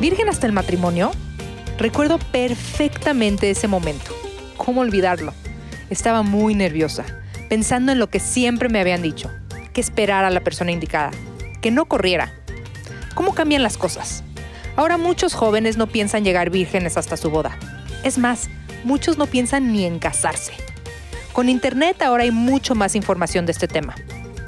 virgen hasta el matrimonio, recuerdo perfectamente ese momento. ¿Cómo olvidarlo? Estaba muy nerviosa, pensando en lo que siempre me habían dicho, que esperara a la persona indicada, que no corriera. ¿Cómo cambian las cosas? Ahora muchos jóvenes no piensan llegar vírgenes hasta su boda. Es más, muchos no piensan ni en casarse. Con Internet ahora hay mucho más información de este tema.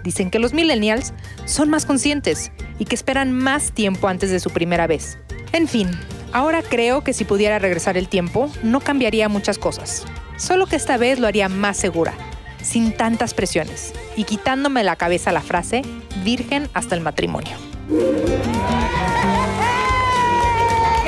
Dicen que los millennials son más conscientes y que esperan más tiempo antes de su primera vez. En fin, ahora creo que si pudiera regresar el tiempo, no cambiaría muchas cosas. Solo que esta vez lo haría más segura, sin tantas presiones y quitándome de la cabeza la frase virgen hasta el matrimonio. ¡Qué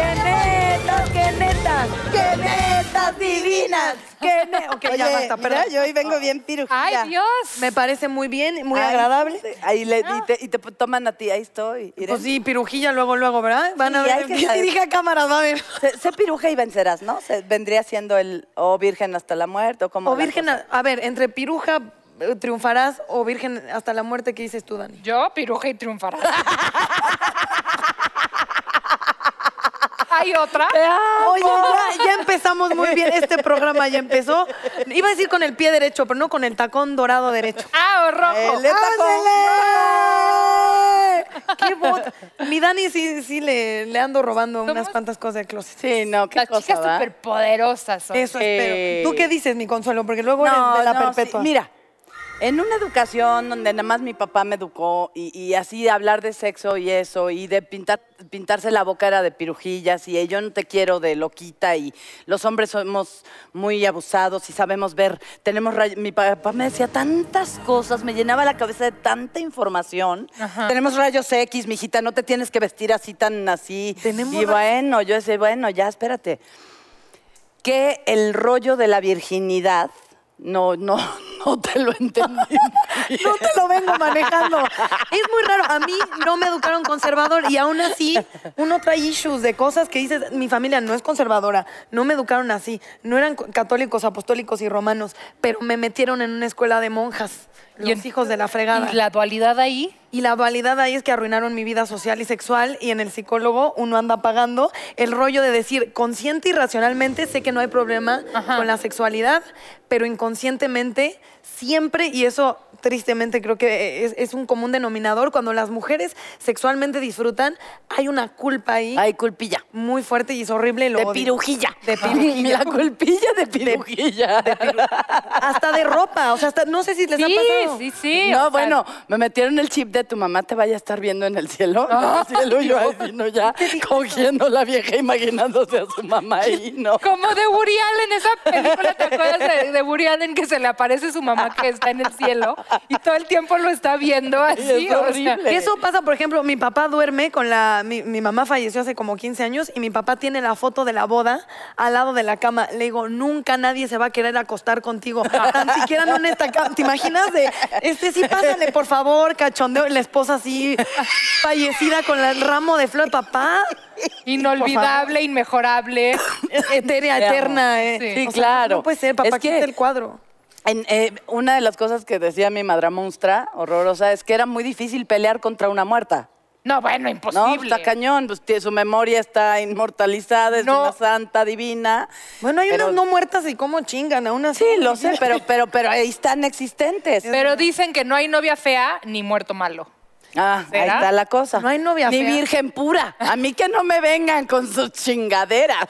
netas, qué netas! ¡Qué netas divinas! ¡Qué netas! Ok, ya Oye, basta, mira, perdón. yo hoy vengo bien pirujita. ¡Ay, Dios! Me parece muy bien, muy Ay, agradable. Ahí le, y, te, y te toman a ti, ahí estoy. Irene. Pues sí, pirujilla luego, luego, ¿verdad? Van a Sí, ver. hay que Sí, saber. dije a cámaras, va a ver. Se, se piruja y vencerás, ¿no? Se- vendría siendo el o virgen hasta la muerte o como. O la virgen, cosa. a, a ver, entre piruja eh, triunfarás o virgen hasta la muerte, ¿qué dices tú, Dani? Yo, piruja y triunfarás. ¿Hay otra? Oye, ya, ya empezamos muy bien. Este programa ya empezó. Iba a decir con el pie derecho, pero no con el tacón dorado derecho. ¡Ah, o rojo! ¡El de tacón! ¡Qué bot! Mi Dani sí, sí le, le ando robando unas cuantas cosas de closet. Sí, no, qué Las cosa, chicas ¿va? superpoderosas son. Eso Eh. espero. ¿Tú qué dices, mi consuelo? Porque luego eres de la no, sí, perpetua. Mira, en una educación donde nada más mi papá me educó y, y así de hablar de sexo y eso y de pintar, pintarse la boca era de pirujillas y eh, yo no te quiero de loquita y los hombres somos muy abusados y sabemos ver, tenemos ray- mi papá me decía tantas cosas, me llenaba la cabeza de tanta información. Tenemos rayos X, mijita, no te tienes que vestir así tan así. Tenemos y rayos- bueno, yo decía, bueno, ya espérate que el rollo de la virginidad no, no, no te lo entendí. No te lo vengo manejando. Es muy raro. A mí no me educaron conservador y aún así uno trae issues de cosas que dices, mi familia no es conservadora, no me educaron así, no eran co- católicos, apostólicos y romanos, pero me metieron en una escuela de monjas, los en- hijos de la fregada. Y la dualidad ahí. Y la dualidad ahí es que arruinaron mi vida social y sexual y en el psicólogo uno anda pagando el rollo de decir consciente y racionalmente sé que no hay problema Ajá. con la sexualidad, pero inconscientemente siempre, y eso tristemente creo que es, es un común denominador, cuando las mujeres sexualmente disfrutan, hay una culpa ahí Ay, culpilla. muy fuerte y es horrible. y lo De odio. pirujilla. De pirujilla. La culpilla de pirujilla. Hasta de ropa, o sea, hasta- no sé si les ha pasado. sí, sí. o no, sea, bueno, me metieron el chip de tu mamá te vaya a estar viendo en el cielo. en el cielo y yo así, no, ya cogiendo la vieja imaginándose a su mamá y no. Como de Woody Allen, esa película, ¿te acuerdas de, de Woody Allen que se le aparece su mamá que está en el cielo y todo el tiempo lo está viendo así? es o sea, horrible. Que Eso pasa, por ejemplo, mi papá duerme con la... Mi, mi mamá falleció hace como 15 años y mi papá tiene la foto de la boda al lado de la cama. Le digo, nunca nadie se va a querer acostar contigo, tan siquiera no en esta cama. ¿Te imaginas de, este sí, pásale, por favor, cachondeo? Y La esposa así fallecida con la- el ramo de flor, papá. inolvidable, inmejorable. Etérea, eterna. eh. Sí. Sí, O sea, claro. No puede ser, papá, Es que- quita el cuadro. En, eh, una de las cosas que decía mi madramonstra, horrorosa, es que era muy difícil pelear contra una muerta. No, bueno, imposible. No, está cañón. Pues, tie- su memoria está inmortalizada, es No. una santa divina. Bueno, hay pero- unas no muertas y cómo chingan a unas. Sí, lo sé, pero, pero, pero ahí están existentes. Pero dicen que no hay novia fea ni muerto malo. Ah, ahí ¿Será? está la cosa. No hay novia Ni fea. virgen pura. A mí que no me vengan con sus chingaderas.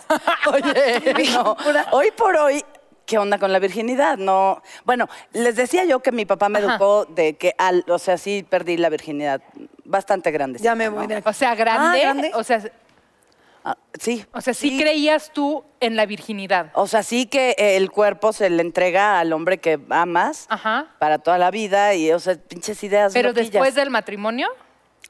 Oye, no. Hoy por hoy, ¿qué onda con la virginidad? No. Bueno, les decía yo que mi papá me educó de que, al, o sea, sí perdí la virginidad. Bastante grande. Ya me voy de aquí. O sea, grande. Ah, grande. O sea, Ah, sí. o sea sí, creías tú en la virginidad. O sea, sí que eh, el cuerpo se le entrega al hombre que amas Ajá. para toda la vida y, o sea, pinches ideas Pero Pues loquillas. después del matrimonio,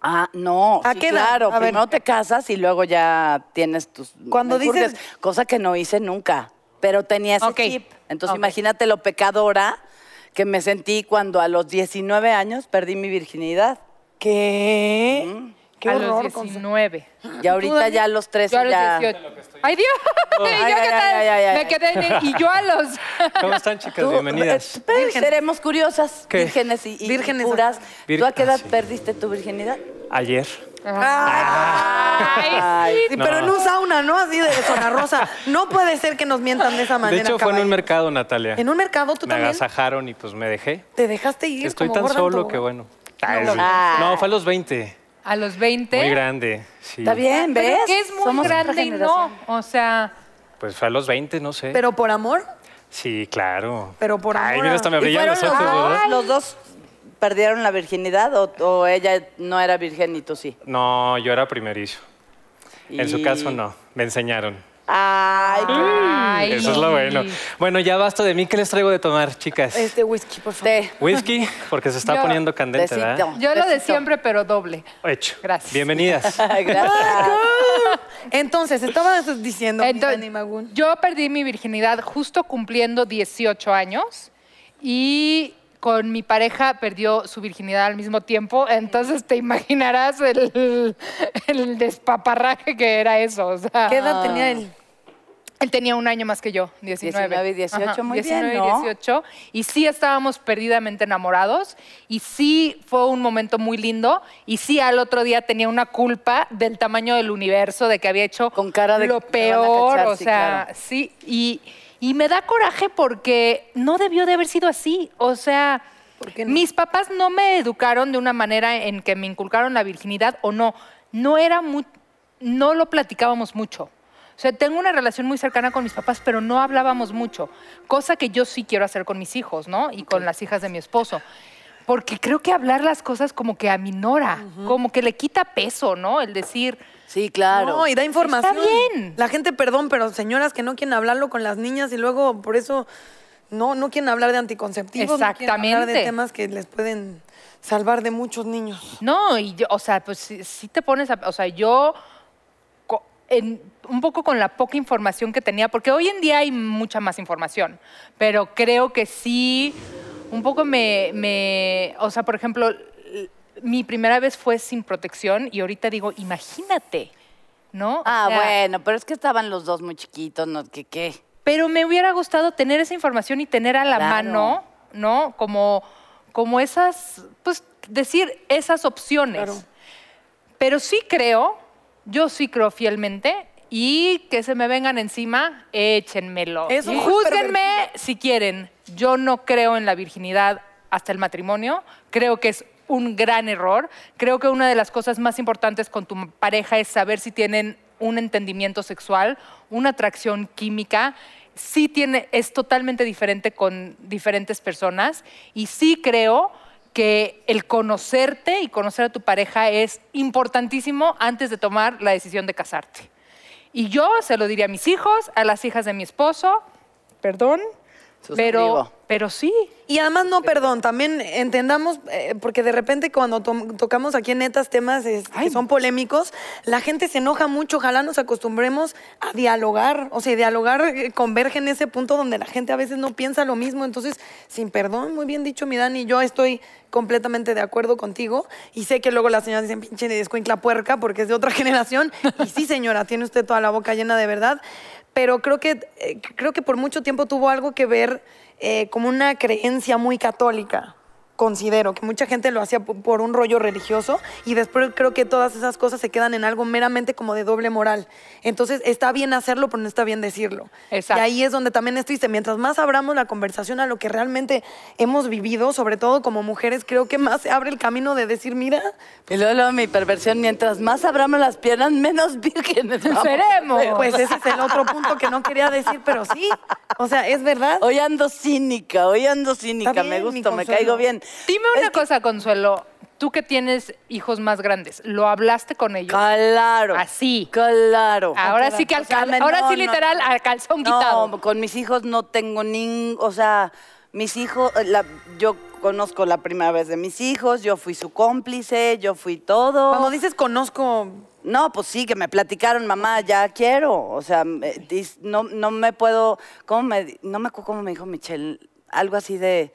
Ah, no, ¿A sí, qué edad? claro, A ver. primero te casas y luego ya tienes tus Cuando dices- menjurjes, cosa que no hice nunca, pero tenía ese Ok. chip. Entonces Ok. imagínate lo pecadora que me sentí cuando a los 19 años perdí mi virginidad. ¿Qué? ¿Mm? Qué a horror. los con- 19. Y ahorita Dani? ya a los 13 Yo a los ya 18. ¡Ay, Dios! Ay, yo ay, que ay, tal, ay, ay, ay. me quedé en el- Y yo a los... ¿Cómo están, chicas? Tú, Bienvenidas. eh, pero Seremos curiosas, ¿Qué? vírgenes y, y- y Vírgenes. puras. Vir- ¿Tú a qué ah, edad sí. perdiste tu virginidad? Ayer. Ay, sí. pues, Sí, Pero en No. un sauna, ¿no? Así de zona rosa. No puede ser que nos mientan de esa De manera. hecho, fue en un caballero. mercado, Natalia. ¿En un mercado tú me también? agasajaron y pues me dejé. Te dejaste ir. Estoy como tan gorda en solo tobogán. que bueno. no, No, no. Ah. fue a los 20. A los 20. Muy grande. Sí. Está bien, ¿ves? Pero que es muy Somos otra grande y no. generación. O sea, Pues fue a los 20, no sé. Pero por amor. sí, claro. Pero por Ay, amor mira, a- hasta me ¿Y brillan fueron los ojos, los dos? ¿verdad? ¿Los dos perdieron la virginidad o, o ella no era virgen y tú sí? No, yo era primerizo. En su Y- caso, no. Me enseñaron. Ay, Ah. ay. Mm, Eso es lo bueno. Bueno, ya basta de mí. ¿Qué les traigo de tomar, chicas? Este whisky, por favor. qué Whisky, porque se está Yo- poniendo candente, ¿verdad? besito. Yo lo de Besito. siempre, pero doble. Hecho. Gracias. Bienvenidas. Gracias. Entonces, estabas diciendo, mi Entonces, ah. Dani Magún. yo perdí mi virginidad justo cumpliendo 18 años y con mi pareja perdió su virginidad al mismo tiempo, entonces te imaginarás el, el despaparraje que era eso. o sea. ¿Qué edad tenía él? Él tenía un año más que yo, 19. 19 y 18, muy bien, 19 ¿no? y 18. Y sí estábamos perdidamente enamorados. Y sí fue un momento muy lindo. Y sí al otro día tenía una culpa del tamaño del universo, de que había hecho Con cara de lo que me van a peor. cachar, o sí, sea, claro. sí. Y, y me da coraje porque no debió de haber sido así. O sea, ¿Por qué no? mis papás no me educaron de una manera en que me inculcaron la virginidad o no. No era mu- no lo platicábamos mucho. O sea, tengo una relación muy cercana con mis papás, pero no hablábamos mucho. Cosa que yo sí quiero hacer con mis hijos, ¿no? Y con las hijas de mi esposo. Porque creo que hablar las cosas como que aminora, como que le quita peso, ¿no? El decir, Sí, claro. No, y da información. Está bien. La gente, perdón, pero señoras que no quieren hablarlo con las niñas y luego por eso no, no quieren hablar de anticonceptivos. No quieren hablar de Exactamente. temas que les pueden salvar de muchos niños. No, y yo, o sea, pues si, si te pones a. O sea, yo. co- en- un poco con la poca información que tenía, porque hoy en día hay mucha más información, pero creo que sí. Un poco me. me- o sea, por ejemplo, l- mi primera vez fue sin protección y ahorita digo, imagínate, ¿no? O Ah, sea, bueno, pero es que estaban los dos muy chiquitos, ¿no? ¿Qué qué? Pero me hubiera gustado tener esa información y tener a la Claro. mano, ¿no? Como, como esas, pues decir esas opciones. Claro. Pero sí creo, yo sí creo fielmente, y que se me vengan encima, échenmelo. Eso y es júzguenme si quieren. Yo no creo en la virginidad hasta el matrimonio. Creo que es un gran error. Creo que una de las cosas más importantes con tu pareja es saber si tienen un entendimiento sexual, una atracción química. Sí tiene, es totalmente diferente con diferentes personas. Y sí creo que el conocerte y conocer a tu pareja es importantísimo antes de tomar la decisión de casarte. Y yo se lo diría a mis hijos, a las hijas de mi esposo, perdón, pero, Suscribo. pero sí. Y además, no, perdón, también entendamos, eh, porque de repente cuando tom- tocamos aquí en netas temas este, que son polémicos, la gente se enoja mucho. Ojalá nos acostumbremos a dialogar. O sea, dialogar eh, converge en ese punto donde la gente a veces no piensa lo mismo. Entonces, sin perdón, muy bien dicho, mi Dani, yo estoy completamente de acuerdo contigo. Y sé que luego las señoras dicen, pinche descuincla puerca, porque es de otra generación. Y sí, señora, tiene usted toda la boca llena de verdad. Pero creo que, eh, creo que por mucho tiempo tuvo algo que ver eh, como una creencia muy católica. Considero que mucha gente lo hacía po- por un rollo religioso y después creo que todas esas cosas se quedan en algo meramente como de doble moral. Entonces está bien hacerlo, pero no está bien decirlo. Exacto. Y ahí es donde también es triste. Mientras más abramos la conversación a lo que realmente hemos vivido, sobre todo como mujeres, creo que más se abre el camino de decir, mira, Y luego, luego mi perversión, mientras más abramos las piernas, menos vírgenes. vamos. Seremos. pues ese es el otro punto que no quería decir, pero sí. O sea, es verdad. Hoy ando cínica, hoy ando cínica, Está me bien, mi gusto, me Consuelo. caigo bien. Dime Es una que- cosa, Consuelo, tú que tienes hijos más grandes, ¿lo hablaste con ellos? Claro. Así. Claro. Ahora sí que al O sea, cal- me- ahora no, sí no, literal no. al calzón quitado. No, con mis hijos no tengo ningún, o sea, mis hijos, eh, la- yo conozco la primera vez de mis hijos, yo fui su cómplice, yo fui todo. Cuando dices conozco, No, pues sí, que me platicaron, mamá, ya quiero. O sea, me- dis- no, no me puedo. ¿cómo me, di- no me acuerdo cómo me dijo Michelle. Algo así de.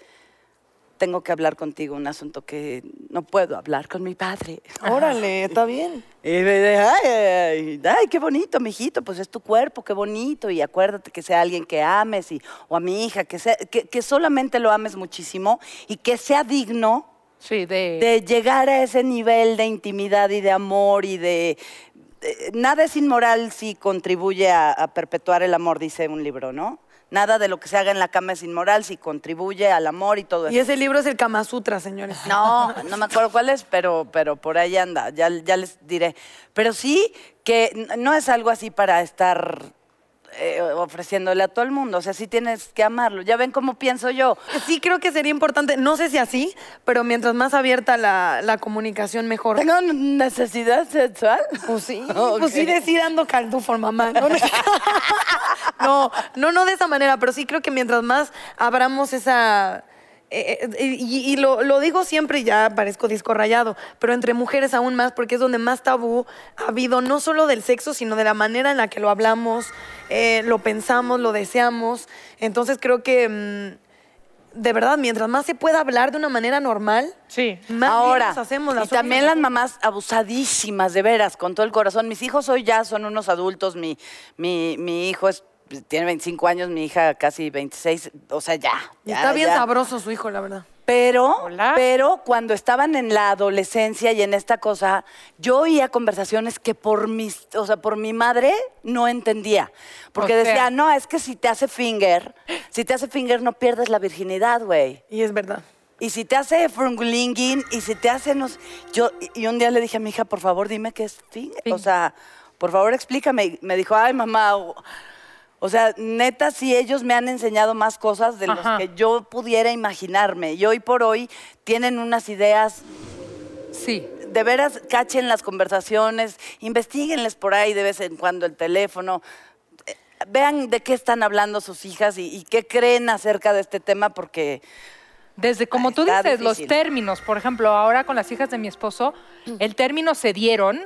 Tengo que hablar contigo, un asunto que no puedo hablar con mi padre. órale, está bien. Y me dije, ay, ay, ay, ay, qué bonito, mijito, pues es tu cuerpo, qué bonito. Y acuérdate que sea alguien que ames, y, o a mi hija, que, sea, que, que solamente lo ames muchísimo y que sea digno, Sí, de... de llegar a ese nivel de intimidad y de amor y de... de- nada es inmoral si contribuye a, a perpetuar el amor, dice un libro, ¿no? Nada de lo que se haga en la cama es inmoral si contribuye al amor y todo eso. Y ese libro es el Kama Sutra, señores. No, no me acuerdo cuál es, pero, pero por ahí anda, ya, ya les diré. Pero sí que n- no es algo así para estar eh, ofreciéndole a todo el mundo, o sea, sí tienes que amarlo. Ya ven cómo pienso yo. Sí creo que sería importante, no sé si así, pero mientras más abierta la, la comunicación, mejor. ¿Tengo necesidad sexual? Pues sí, Ok. pues sí, decir dando por mamá. ¿no? no, no, no de esa manera, pero sí creo que mientras más abramos esa... eh, eh, y y lo, lo digo siempre y ya parezco disco rayado, pero entre mujeres aún más, porque es donde más tabú ha habido, no solo del sexo, sino de la manera en la que lo hablamos, eh, lo pensamos, lo deseamos. Entonces creo que, mm, de verdad, mientras más se pueda hablar de una manera normal, Sí. más bien Ahora, nos hacemos y las también unas. las mamás abusadísimas, de veras, con todo el corazón. Mis hijos hoy ya son unos adultos, mi, mi, mi hijo es, tiene 25 años, mi hija casi 26, o sea, ya. Y ya, está bien ya. sabroso su hijo, la verdad. Pero, Hola. pero cuando estaban en la adolescencia y en esta cosa, yo oía conversaciones que por mis, o sea, por mi madre no entendía. Porque O sea. decía, no, es que si te hace finger, si te hace finger no pierdes la virginidad, güey. Y es verdad. Y si te hace frungulinguin, y si te hace no sé- Yo, y un día le dije a mi hija, por favor, dime qué es finger. O sea, por favor, explícame. Y Me dijo, ay, mamá. o- O sea, neta, sí, ellos me han enseñado más cosas de Ajá. las que yo pudiera imaginarme. Y hoy por hoy tienen unas ideas, Sí. de veras, cachen las conversaciones, investiguenles por ahí de vez en cuando el teléfono. Eh, Vean de qué están hablando sus hijas y, y qué creen acerca de este tema, porque Desde como tú Está dices, los difícil. Mm. términos, por ejemplo, ahora con las hijas de mi esposo, el término se dieron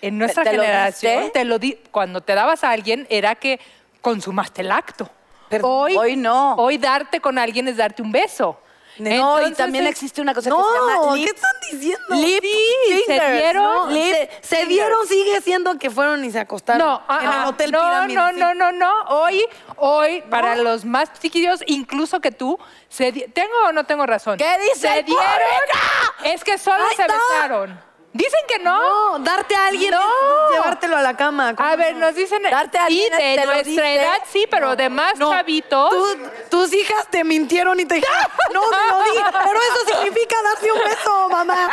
en nuestra te lo generación. diste? te lo di- cuando te dabas a alguien era que consumaste el acto. Pero hoy no. Hoy darte con alguien es darte un beso. No, y Entonces, también es- existe una cosa que se No, llama ¿qué lip- están diciendo? lip Sí, se fingers, dieron, ¿no? lip se, se dieron, sigue siendo que fueron y se acostaron. No, ah, en el ah, Hotel no, Pirámide, no, sí. no, no, no. Hoy, hoy, para los más chiquillos, incluso que tú, se di- ¿tengo o no tengo razón? ¿Qué dice Se el dieron. público? Es que solo Ahí se está. besaron. Dicen que no. No, darte a alguien, No. es llevártelo a la cama. ¿cómo A ver, no? nos dicen. Darte a sí, alguien, de te lo nuestra dice. edad sí, pero de más No, chavitos. tú- tus hijas te mintieron y te dijeron, no, te lo dije, pero eso significa darse un beso, mamá.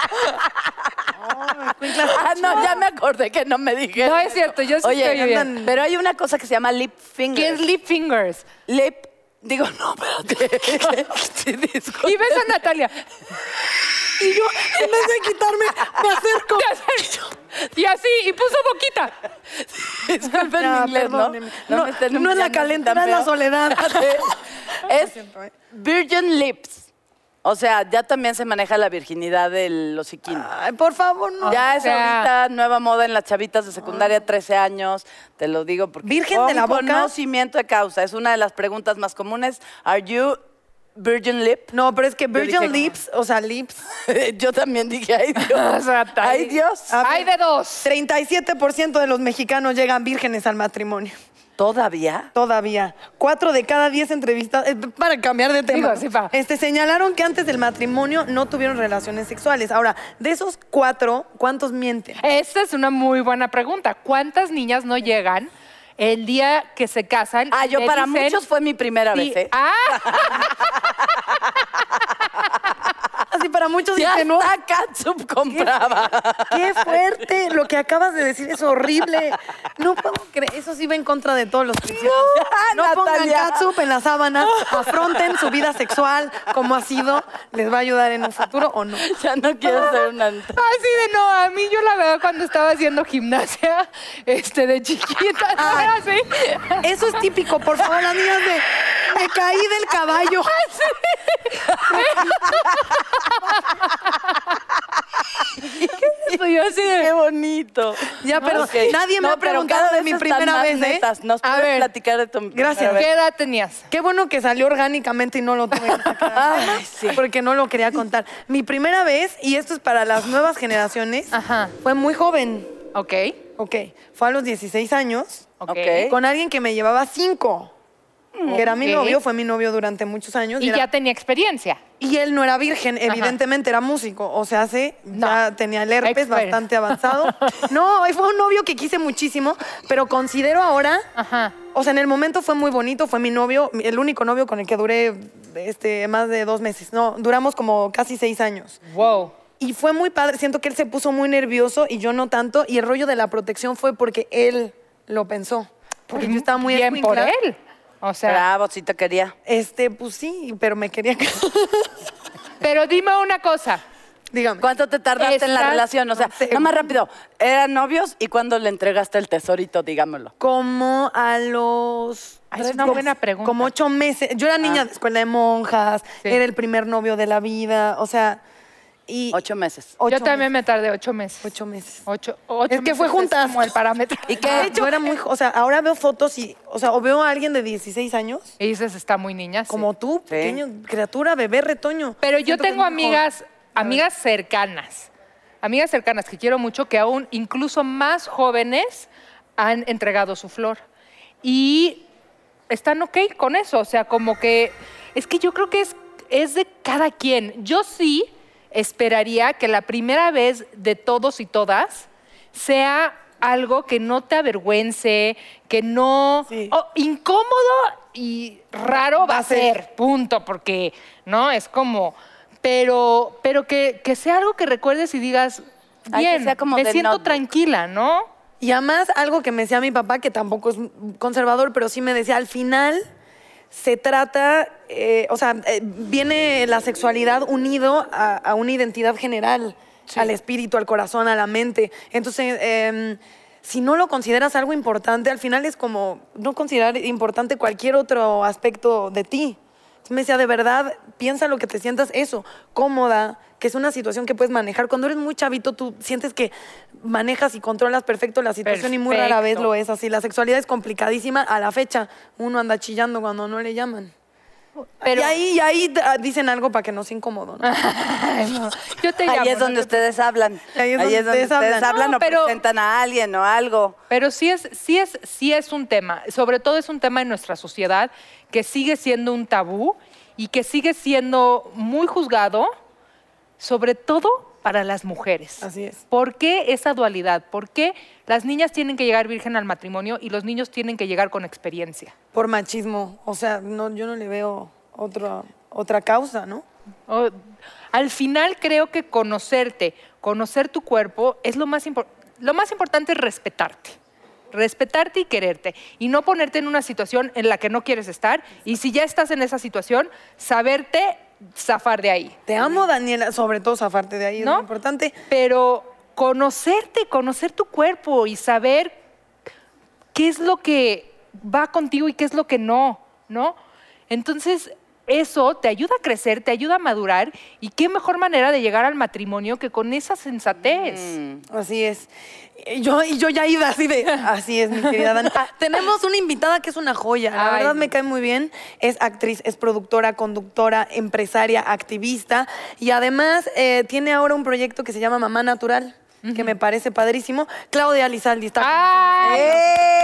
Ah, no, ya me acordé que no me dije. No, es cierto, yo sí Oye, estoy bien. andan- pero hay una cosa que se llama lip finger. ¿Qué es lip fingers? Lip. Digo, no, espérate. Sí, disculpa. Y ves a Natalia. Y yo, en vez de quitarme, me acerco. te acercas, Y así, y puso boquita. Disculpen Ya, mi inglés, ¿no? perdónenme. No, me estén no es la humillando tan calentura, es la feo. soledad. es virgin lips. O sea, ya también se maneja la virginidad del hociquín. Ay, por favor, no. Ya es sea. ahorita nueva moda en las chavitas de secundaria, 13 años. Te lo digo porque. ¿Virgen con de la boca? conocimiento de causa. Es una de las preguntas más comunes. ¿Are you virgin lip? No, pero es que dije Virgin como- Lips, o sea, Lips, Yo también dije, ay Dios. ay Dios. A ver. Hay de dos. 37% de los mexicanos llegan vírgenes al matrimonio. ¿Todavía? Todavía. Cuatro de cada diez entrevistados. eh, Para cambiar de tema. Digo, sí, pa. Este, señalaron que antes del matrimonio no tuvieron relaciones sexuales. Ahora, de esos cuatro, ¿cuántos mienten? Esta es una muy buena pregunta. ¿Cuántas niñas no llegan el día que se casan? Ah, y yo le para dicen- muchos fue mi primera Sí. vez. ¿eh? Ah, Así para muchos ya dicen, no, hasta catsup compraba. qué fuerte. Lo que acabas de decir es horrible. No puedo creer. Eso sí va en contra de todos los principios. ah, No, pongan Natalia. catsup en las sábanas. Afronten su vida sexual como ha sido. ¿Les va a ayudar en un futuro o no? ya no quiero ser una. así de no. A mí yo la verdad cuando estaba haciendo gimnasia, este, de chiquita, no era así. Eso es típico, por favor, las niñas de me caí del caballo. Pues Soy yo así de... Qué bonito. Ya, pero Ok. nadie me No, ha pero preguntado cada de mi están primera más vez, ¿eh? netas. Nos A puedes ver. platicar de tu Gracias. primera vez. ¿Qué edad tenías? Qué bueno que salió orgánicamente y no lo tuve. que sacar. Porque no lo quería contar. Mi primera vez, y esto es para las nuevas generaciones, Ajá. fue muy joven. Ok. Ok, fue a los 16 años Ok. Ok. con alguien que me llevaba 5. que era mi Ok. novio, fue mi novio durante muchos años. Y, Y era- ya tenía experiencia. y él no era virgen, evidentemente era músico. O sea, sí, ya No. tenía el herpes Expert. bastante avanzado. no, fue un novio que quise muchísimo, pero considero ahora... Ajá. O sea, en el momento fue muy bonito, fue mi novio, el único novio con el que duré este, más de dos meses. No, duramos como casi seis años. Wow. Y fue muy padre, siento que él se puso muy nervioso y yo no tanto. Y el rollo de la protección fue porque él lo pensó. Porque yo estaba muy bien por escuincla. él. O sea, Bravo, sí te quería. Este, pues sí, pero me quería casar. pero dime una cosa. Dígame. ¿Cuánto te tardaste en la Estás- relación? O sea, no sé. nada más rápido. ¿Eran novios y cuándo le entregaste el tesorito, digámoslo? Como a los. Ay, es tres- una como- buena pregunta. Ah. Como ocho meses. Yo era niña de escuela de monjas, Sí. era el primer novio de la vida, o sea. Y Ocho meses. ocho Yo también me tardé ocho meses. Ocho meses. Ocho, ocho Es que fue meses juntas. como el parámetro. ¿Y qué? Ah, yo era muy, jo- o sea, ahora veo fotos y, o sea, o veo a alguien de 16 años, Y dices, está muy niña. sí. como tú, pequeño, criatura, bebé, retoño. Pero yo Siento que tengo es mejor. amigas, amigas cercanas, amigas cercanas que quiero mucho, que aún incluso más jóvenes han entregado su flor. Y están ok con eso, o sea, como que es que yo creo que es, es de cada quien. Yo sí esperaría que la primera vez de todos y todas sea algo que no te avergüence, que no... Sí. o incómodo y raro va a ser, punto, porque, ¿no? Es como... Pero, pero que, que sea algo que recuerdes y digas, Ay, que bien, sea como me de siento notebook. tranquila, ¿no? Y además, algo que me decía mi papá, que tampoco es conservador, pero sí me decía, al final se trata, eh, o sea, eh, viene la sexualidad unido a, a una identidad general, al espíritu, al corazón, a la mente. Entonces, eh, si no lo consideras algo importante, al final es como no considerar importante cualquier otro aspecto de ti. Entonces me decía, de verdad, piensa lo que te sientas eso, cómoda, que es una situación que puedes manejar. Cuando eres muy chavito, tú sientes que manejas y controlas perfecto la situación y muy rara vez Perfecto. lo es así. La sexualidad es complicadísima a la fecha. Uno anda chillando cuando no le llaman. Pero- y ahí, y ahí ah, dicen algo para que no se incomodo, ¿no? Yo te llamo, Ahí es no donde te- ustedes hablan. Ahí es donde, ustedes hablan, No, o pero- presentan a alguien o algo. Pero sí es, sí, es, sí es un tema, sobre todo es un tema en nuestra sociedad que sigue siendo un tabú y que sigue siendo muy juzgado, sobre todo para las mujeres. Así es. ¿Por qué esa dualidad? ¿Por qué las niñas tienen que llegar virgen al matrimonio y los niños tienen que llegar con experiencia? Por machismo. O sea, no, yo no le veo otra, otra causa, ¿no? O- al final creo que conocerte, conocer tu cuerpo es lo más importante. Lo más importante es respetarte. Respetarte y quererte. Y no ponerte en una situación en la que no quieres estar. Y si ya estás en esa situación, saberte zafar de ahí. Te amo, Daniela, sobre todo zafarte de ahí, es ¿No? muy importante. Pero conocerte, conocer tu cuerpo y saber qué es lo que va contigo y qué es lo que no, ¿no? Entonces, eso te ayuda a crecer, te ayuda a madurar y qué mejor manera de llegar al matrimonio que con esa sensatez. Mm. Así es. Y yo, y yo ya iba así de. Así es, mi querida Dani. Ah, Tenemos una invitada que es una joya. La Ay, verdad me no. cae muy bien. Es actriz, es productora, conductora, empresaria, activista. Y además eh, tiene ahora un proyecto que se llama Mamá Natural, que me parece padrísimo. Claudia Lizaldi está. con ¡Ah! ¡Eh!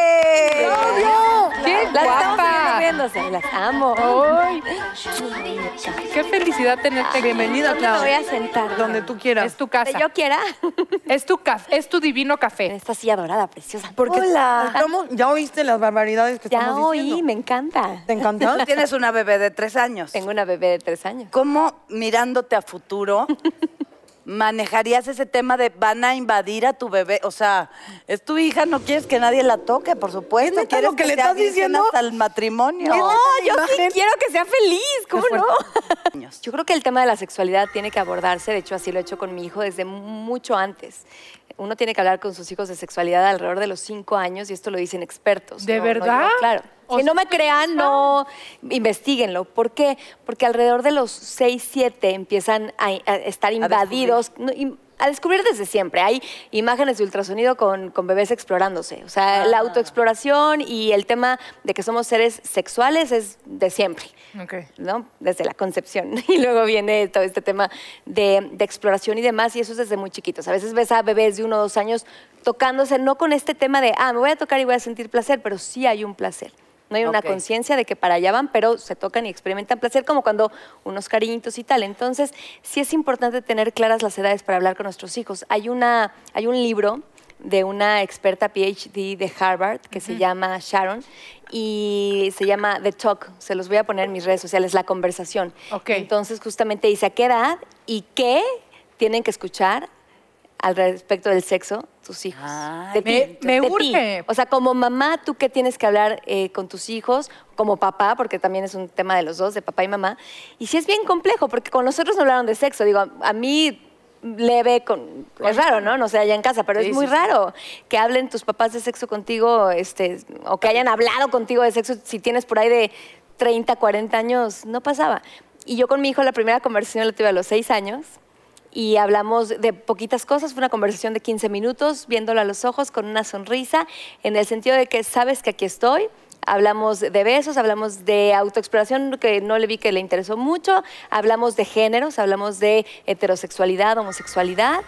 ¡Qué Las estamos guapa! viéndose, las amo. ¡Ay! ¡Qué felicidad tenerte! Bienvenida, ¿Dónde me Clau. voy a sentar? Donde tú quieras. Es tu casa. Donde yo quiera. Es tu, caf- es tu divino En café. esta silla dorada, preciosa. Porque estamos- ya oíste las barbaridades que Ya estamos oí, diciendo. me encanta. ¿Te encantó? Tú tienes una bebé de tres años. Tengo una bebé de tres años. ¿Cómo mirándote a futuro manejarías ese tema de van a invadir a tu bebé? O sea, es tu hija, no quieres que nadie la toque, por ¿Es supuesto. neta quieres lo que le sea estás virgen diciendo? Hasta el matrimonio. No, yo sí imagen. quiero que sea feliz, ¿cómo Qué no? Años. Yo creo que el tema de la sexualidad tiene que abordarse, de hecho así lo he hecho con mi hijo desde mucho antes. Uno tiene que hablar con sus hijos de sexualidad alrededor de los cinco años y esto lo dicen expertos. ¿De No, no yo, verdad? claro. O Que sea, no me crean, no investiguenlo. ¿Por qué? Porque alrededor de los seis, siete empiezan a, a estar invadidos. no, im- a descubrir desde siempre. Hay imágenes de ultrasonido con, con bebés explorándose. O sea, la autoexploración y el tema de que somos seres sexuales es de siempre. ¿no? Desde la concepción. Y luego viene todo este tema de, de exploración y demás, y eso es desde muy chiquitos. A veces ves a bebés de uno o dos años tocándose, no con este tema de, ah, me voy a tocar y voy a sentir placer, pero sí hay un placer. No hay una Ok. conciencia de que para allá van, pero se tocan y experimentan placer como cuando unos cariñitos y tal. Entonces, sí es importante tener claras las edades para hablar con nuestros hijos. Hay, una, hay un libro de una experta PhD de Harvard que se llama Sharon y se llama The Talk. Se los voy a poner en mis redes sociales, la conversación. Ok. Entonces, justamente dice a qué edad y qué tienen que escuchar al respecto del sexo tus hijos. Ay, ti, me- me de ti. urge. O sea, como mamá, tú qué tienes que hablar eh, con tus hijos, como papá, porque también es un tema de los dos, de papá y mamá. Y sí es bien complejo, porque con nosotros no hablaron de sexo. Digo, a, a mí leve, con, es raro, ¿no? No sé, allá en casa, pero Sí, es muy sí, sí. raro que hablen tus papás de sexo contigo, este, o que hayan hablado contigo de sexo. Si tienes por ahí de 30, 40 años, no pasaba. Y yo con mi hijo la primera conversación la tuve a los 6 años y hablamos de poquitas cosas. Fue una conversación de 15 minutos, viéndolo a los ojos con una sonrisa, en el sentido de que sabes que aquí estoy. Hablamos de besos, hablamos de autoexploración, que no le vi que le interesó mucho. Hablamos de géneros, hablamos de heterosexualidad, homosexualidad.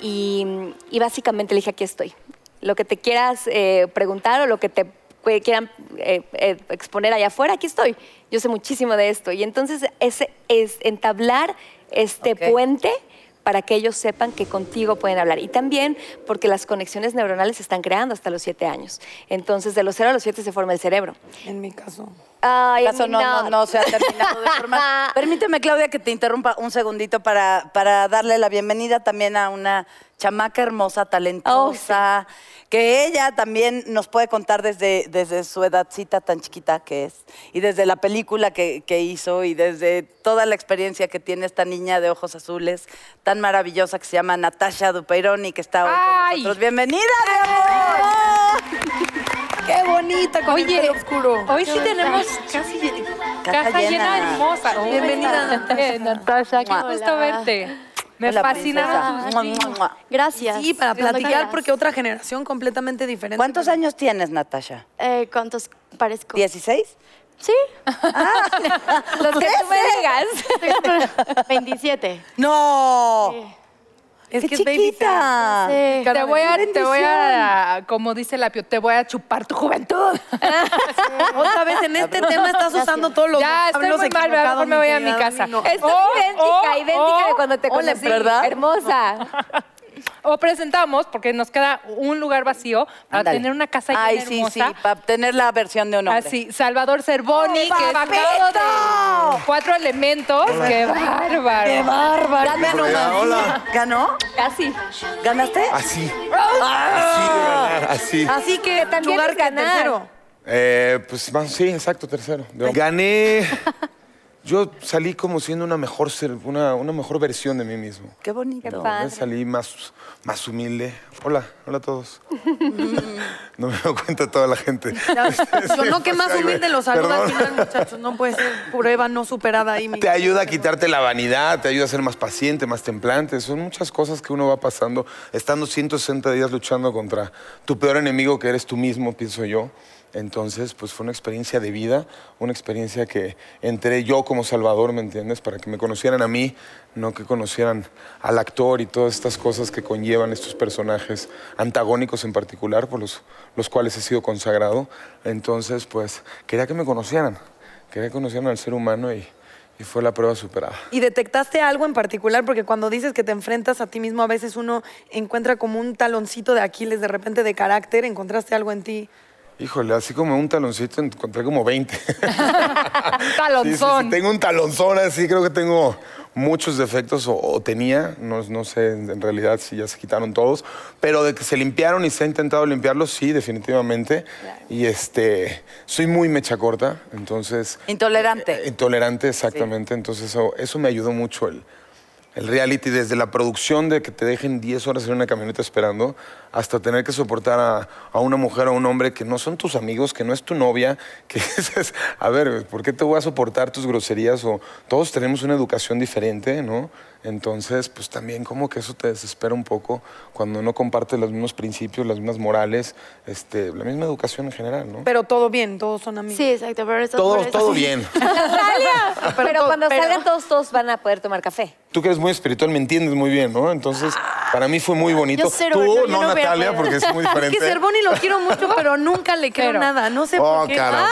Y, y básicamente le dije, aquí estoy. Lo que te quieras eh, preguntar o lo que te que quieran eh, eh, exponer allá afuera, aquí estoy. Yo sé muchísimo de esto. Y entonces ese es entablar este Ok. puente para que ellos sepan que contigo pueden hablar. Y también porque las conexiones neuronales se están creando hasta los siete años. Entonces, de los 0 a los 7 se forma el cerebro. En mi caso. Ay, caso no, no, no se ha terminado de formar. Permíteme, Claudia, que te interrumpa un segundito para, para darle la bienvenida también a una chamaca hermosa, Oh, talentosa, que ella también nos puede contar desde, desde su edadcita tan chiquita que es, y desde la película que, que hizo, y desde toda la experiencia que tiene esta niña de ojos azules, tan maravillosa, que se llama Natasha Dupeironi, que está hoy ¡Ay! con nosotros. ¡Bienvenida, mi amor! ¡Qué bonita! Con el pelo oscuro. Hoy sí tenemos Casa casa, llena. llena. hermosa. Bienvenida. Eh, Natasha, qué Hola. gusto verte. Me Hola, fascinaron princesa. tus Mua, mua, niños. mua. Gracias. Sí, para Cuando platicar, quieras. porque otra generación completamente diferente. ¿Cuántos años tienes, Natasha? Eh, ¿Cuántos parezco? ¿16? Sí. Los que tú me digas. 27. ¡No! Es ¡Qué que es baby chiquita! Sí. Te voy, a, bendición. te voy a, como dice la pio, te voy a chupar tu juventud. face. Otra vez en este tema estás usando todos los ya, estoy vocablos muy mal, mejor equivocados, me voy a mi querida casa. Dani, no. Estoy Oh, idéntica, oh, idéntica de oh. cuando te Ole, conocí. ¿verdad? Hermosa. O presentamos, porque nos queda un lugar vacío para Ándale. tener una casa llena Ay, sí, sí, hermosa. para tener la versión de un hombre. Así, Salvador Cervoni, ¡Oh, que es papito! sacado de cuatro elementos. ¡Qué bárbaro! ¡Qué bárbaro! Ganó, Hola, hola. ¿Ganó? Casi. ¿Ganaste? Así. Así de ganar, así. Así que también lugar es ganar. tercero. Eh, pues más, sí, exacto, tercero. De- Gané. Yo salí como siendo una mejor, ser- una, una mejor versión de mí mismo. Qué bonito. padre. Salí más, más humilde. Hola, hola a todos. no me doy cuenta toda la gente. Yo no, que más Ay, güey, humilde los saluda al perdón. final, muchachos. No puede ser prueba no superada ahí. mi- Te ayuda a quitarte la vanidad, te ayuda a ser más paciente, más templante. Son muchas cosas que uno va pasando, estando 160 días luchando contra tu peor enemigo, que eres tú mismo, pienso yo. Entonces, pues fue una experiencia de vida, una experiencia que entré yo como Salvador, ¿me entiendes? Para que me conocieran a mí, no que conocieran al actor y todas estas cosas que conllevan estos personajes antagónicos en particular, por los, los cuales he sido consagrado. Entonces, pues quería que me conocieran, quería que conocieran al ser humano y, y fue la prueba superada. ¿Y detectaste algo en particular? Porque cuando dices que te enfrentas a ti mismo, a veces uno encuentra como un taloncito de Aquiles de repente de carácter. ¿Encontraste algo en ti? Híjole, así como un taloncito encontré como 20. Sí, sí, sí, Talonzón. tengo un talonzón así, creo que tengo muchos defectos o, o tenía, no, no sé en en realidad si ya se quitaron todos, pero de que se limpiaron y se ha intentado limpiarlos, sí, definitivamente. Y este, soy muy mecha corta, entonces... Intolerante. Eh, Intolerante, exactamente. Entonces eso, eso me ayudó mucho el, el reality, desde la producción de que te dejen 10 horas en una camioneta esperando, hasta tener que soportar a, a una mujer o a un hombre que no son tus amigos, que no es tu novia, que dices, a ver, ¿por qué te voy a soportar tus groserías? O todos tenemos una educación diferente, ¿no? Entonces, pues también como que eso te desespera un poco cuando no compartes los mismos principios, las mismas morales, este, la misma educación en general, ¿no? Pero todo bien, todos son amigos. Sí, exacto. Pero eso todo, por eso- todo bien. Natalia. Ah, Pero, Pero todo- cuando pero- salgan todos, todos van a poder tomar café. Tú que eres muy espiritual me entiendes muy bien, ¿no? Entonces, Para mí fue muy bonito. Yo cero, Tú, no, yo no, no voy a Natalia, poder. porque es muy Es diferente. que Cervoni lo quiero mucho, pero nunca le creo Pero- nada. No sé Oh, por qué. cara.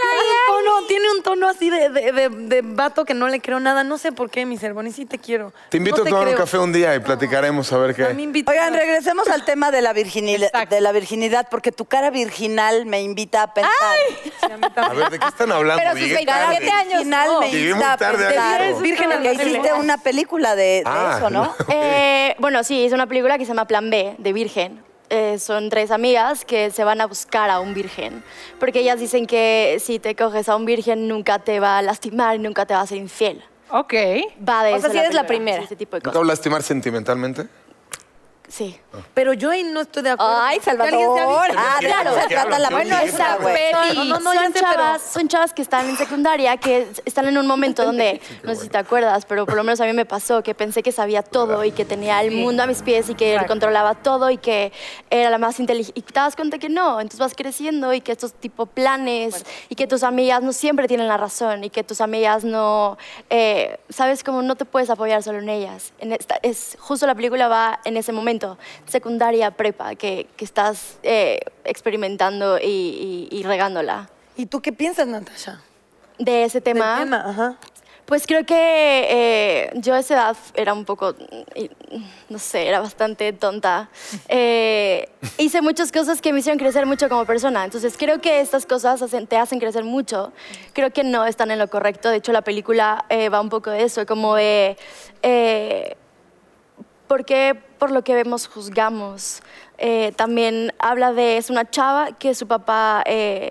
Tiene un tono- tiene un tono así de, de, de- de vato que no le creo nada. No sé por qué, mi Cervoni, sí te quiero. Te invito No a tomar creo. un café un día y platicaremos a ver qué A mí hay. invita- Oigan, regresemos al tema de la, virginil- Exacto. de la virginidad, porque tu cara virginal me invita a pensar. A ver, ¿de qué están hablando? Pero sus Llegué 27 tarde. años. Virginal no. me Llegué invita muy a tarde aquí. pensar. Eres virgen al porque nacer. hiciste una película de, de Ah, eso, ¿no? ok. Eh, bueno, sí, hice una película que se llama Plan B, de Virgen. Eh, son tres amigas que se van a buscar a un virgen, porque ellas dicen que si te coges a un virgen nunca te va a lastimar, nunca te va a ser infiel. Ok. Va de O eso sea, sí eres la primera. sí, ese tipo de ¿No te cosas. hablas lastimar sentimentalmente? Sí. Pero yo ahí no estoy de acuerdo. Ay, Que alguien sea Salvador. virgen. Ah, Entiendo claro, de se qué trata hablan, la yo película, entiendo. Esa güey. peli. No, no, no, ya son, sé, pero- chavas, son chavas que están en secundaria, que s- están en un momento donde, no sé si te acuerdas, pero por lo menos a mí me pasó que pensé que sabía todo y que tenía el mundo a mis pies y que controlaba todo y que era la más inteligente. Y te das cuenta que no, entonces vas creciendo y que estos tipo planes y que tus amigas no siempre tienen la razón y que tus amigas no, eh, sabes, como no te puedes apoyar solo en ellas. En esta- es justo la película va en ese momento, secundaria, prepa, que, que estás eh, experimentando y, y- y regándola. ¿Y tú qué piensas, Natasha? De ese Del tema, tema, ajá. pues creo que eh, yo a esa edad era un poco, mm, y- no sé, era bastante tonta. Eh, hice muchas cosas que me hicieron crecer mucho como persona. Entonces creo que estas cosas hacen- te hacen crecer mucho. Creo que no están en lo correcto. De hecho, la película eh, va un poco de eso, como de... eh, porque por lo que vemos juzgamos. Eh, también habla de, es una chava que su papá eh,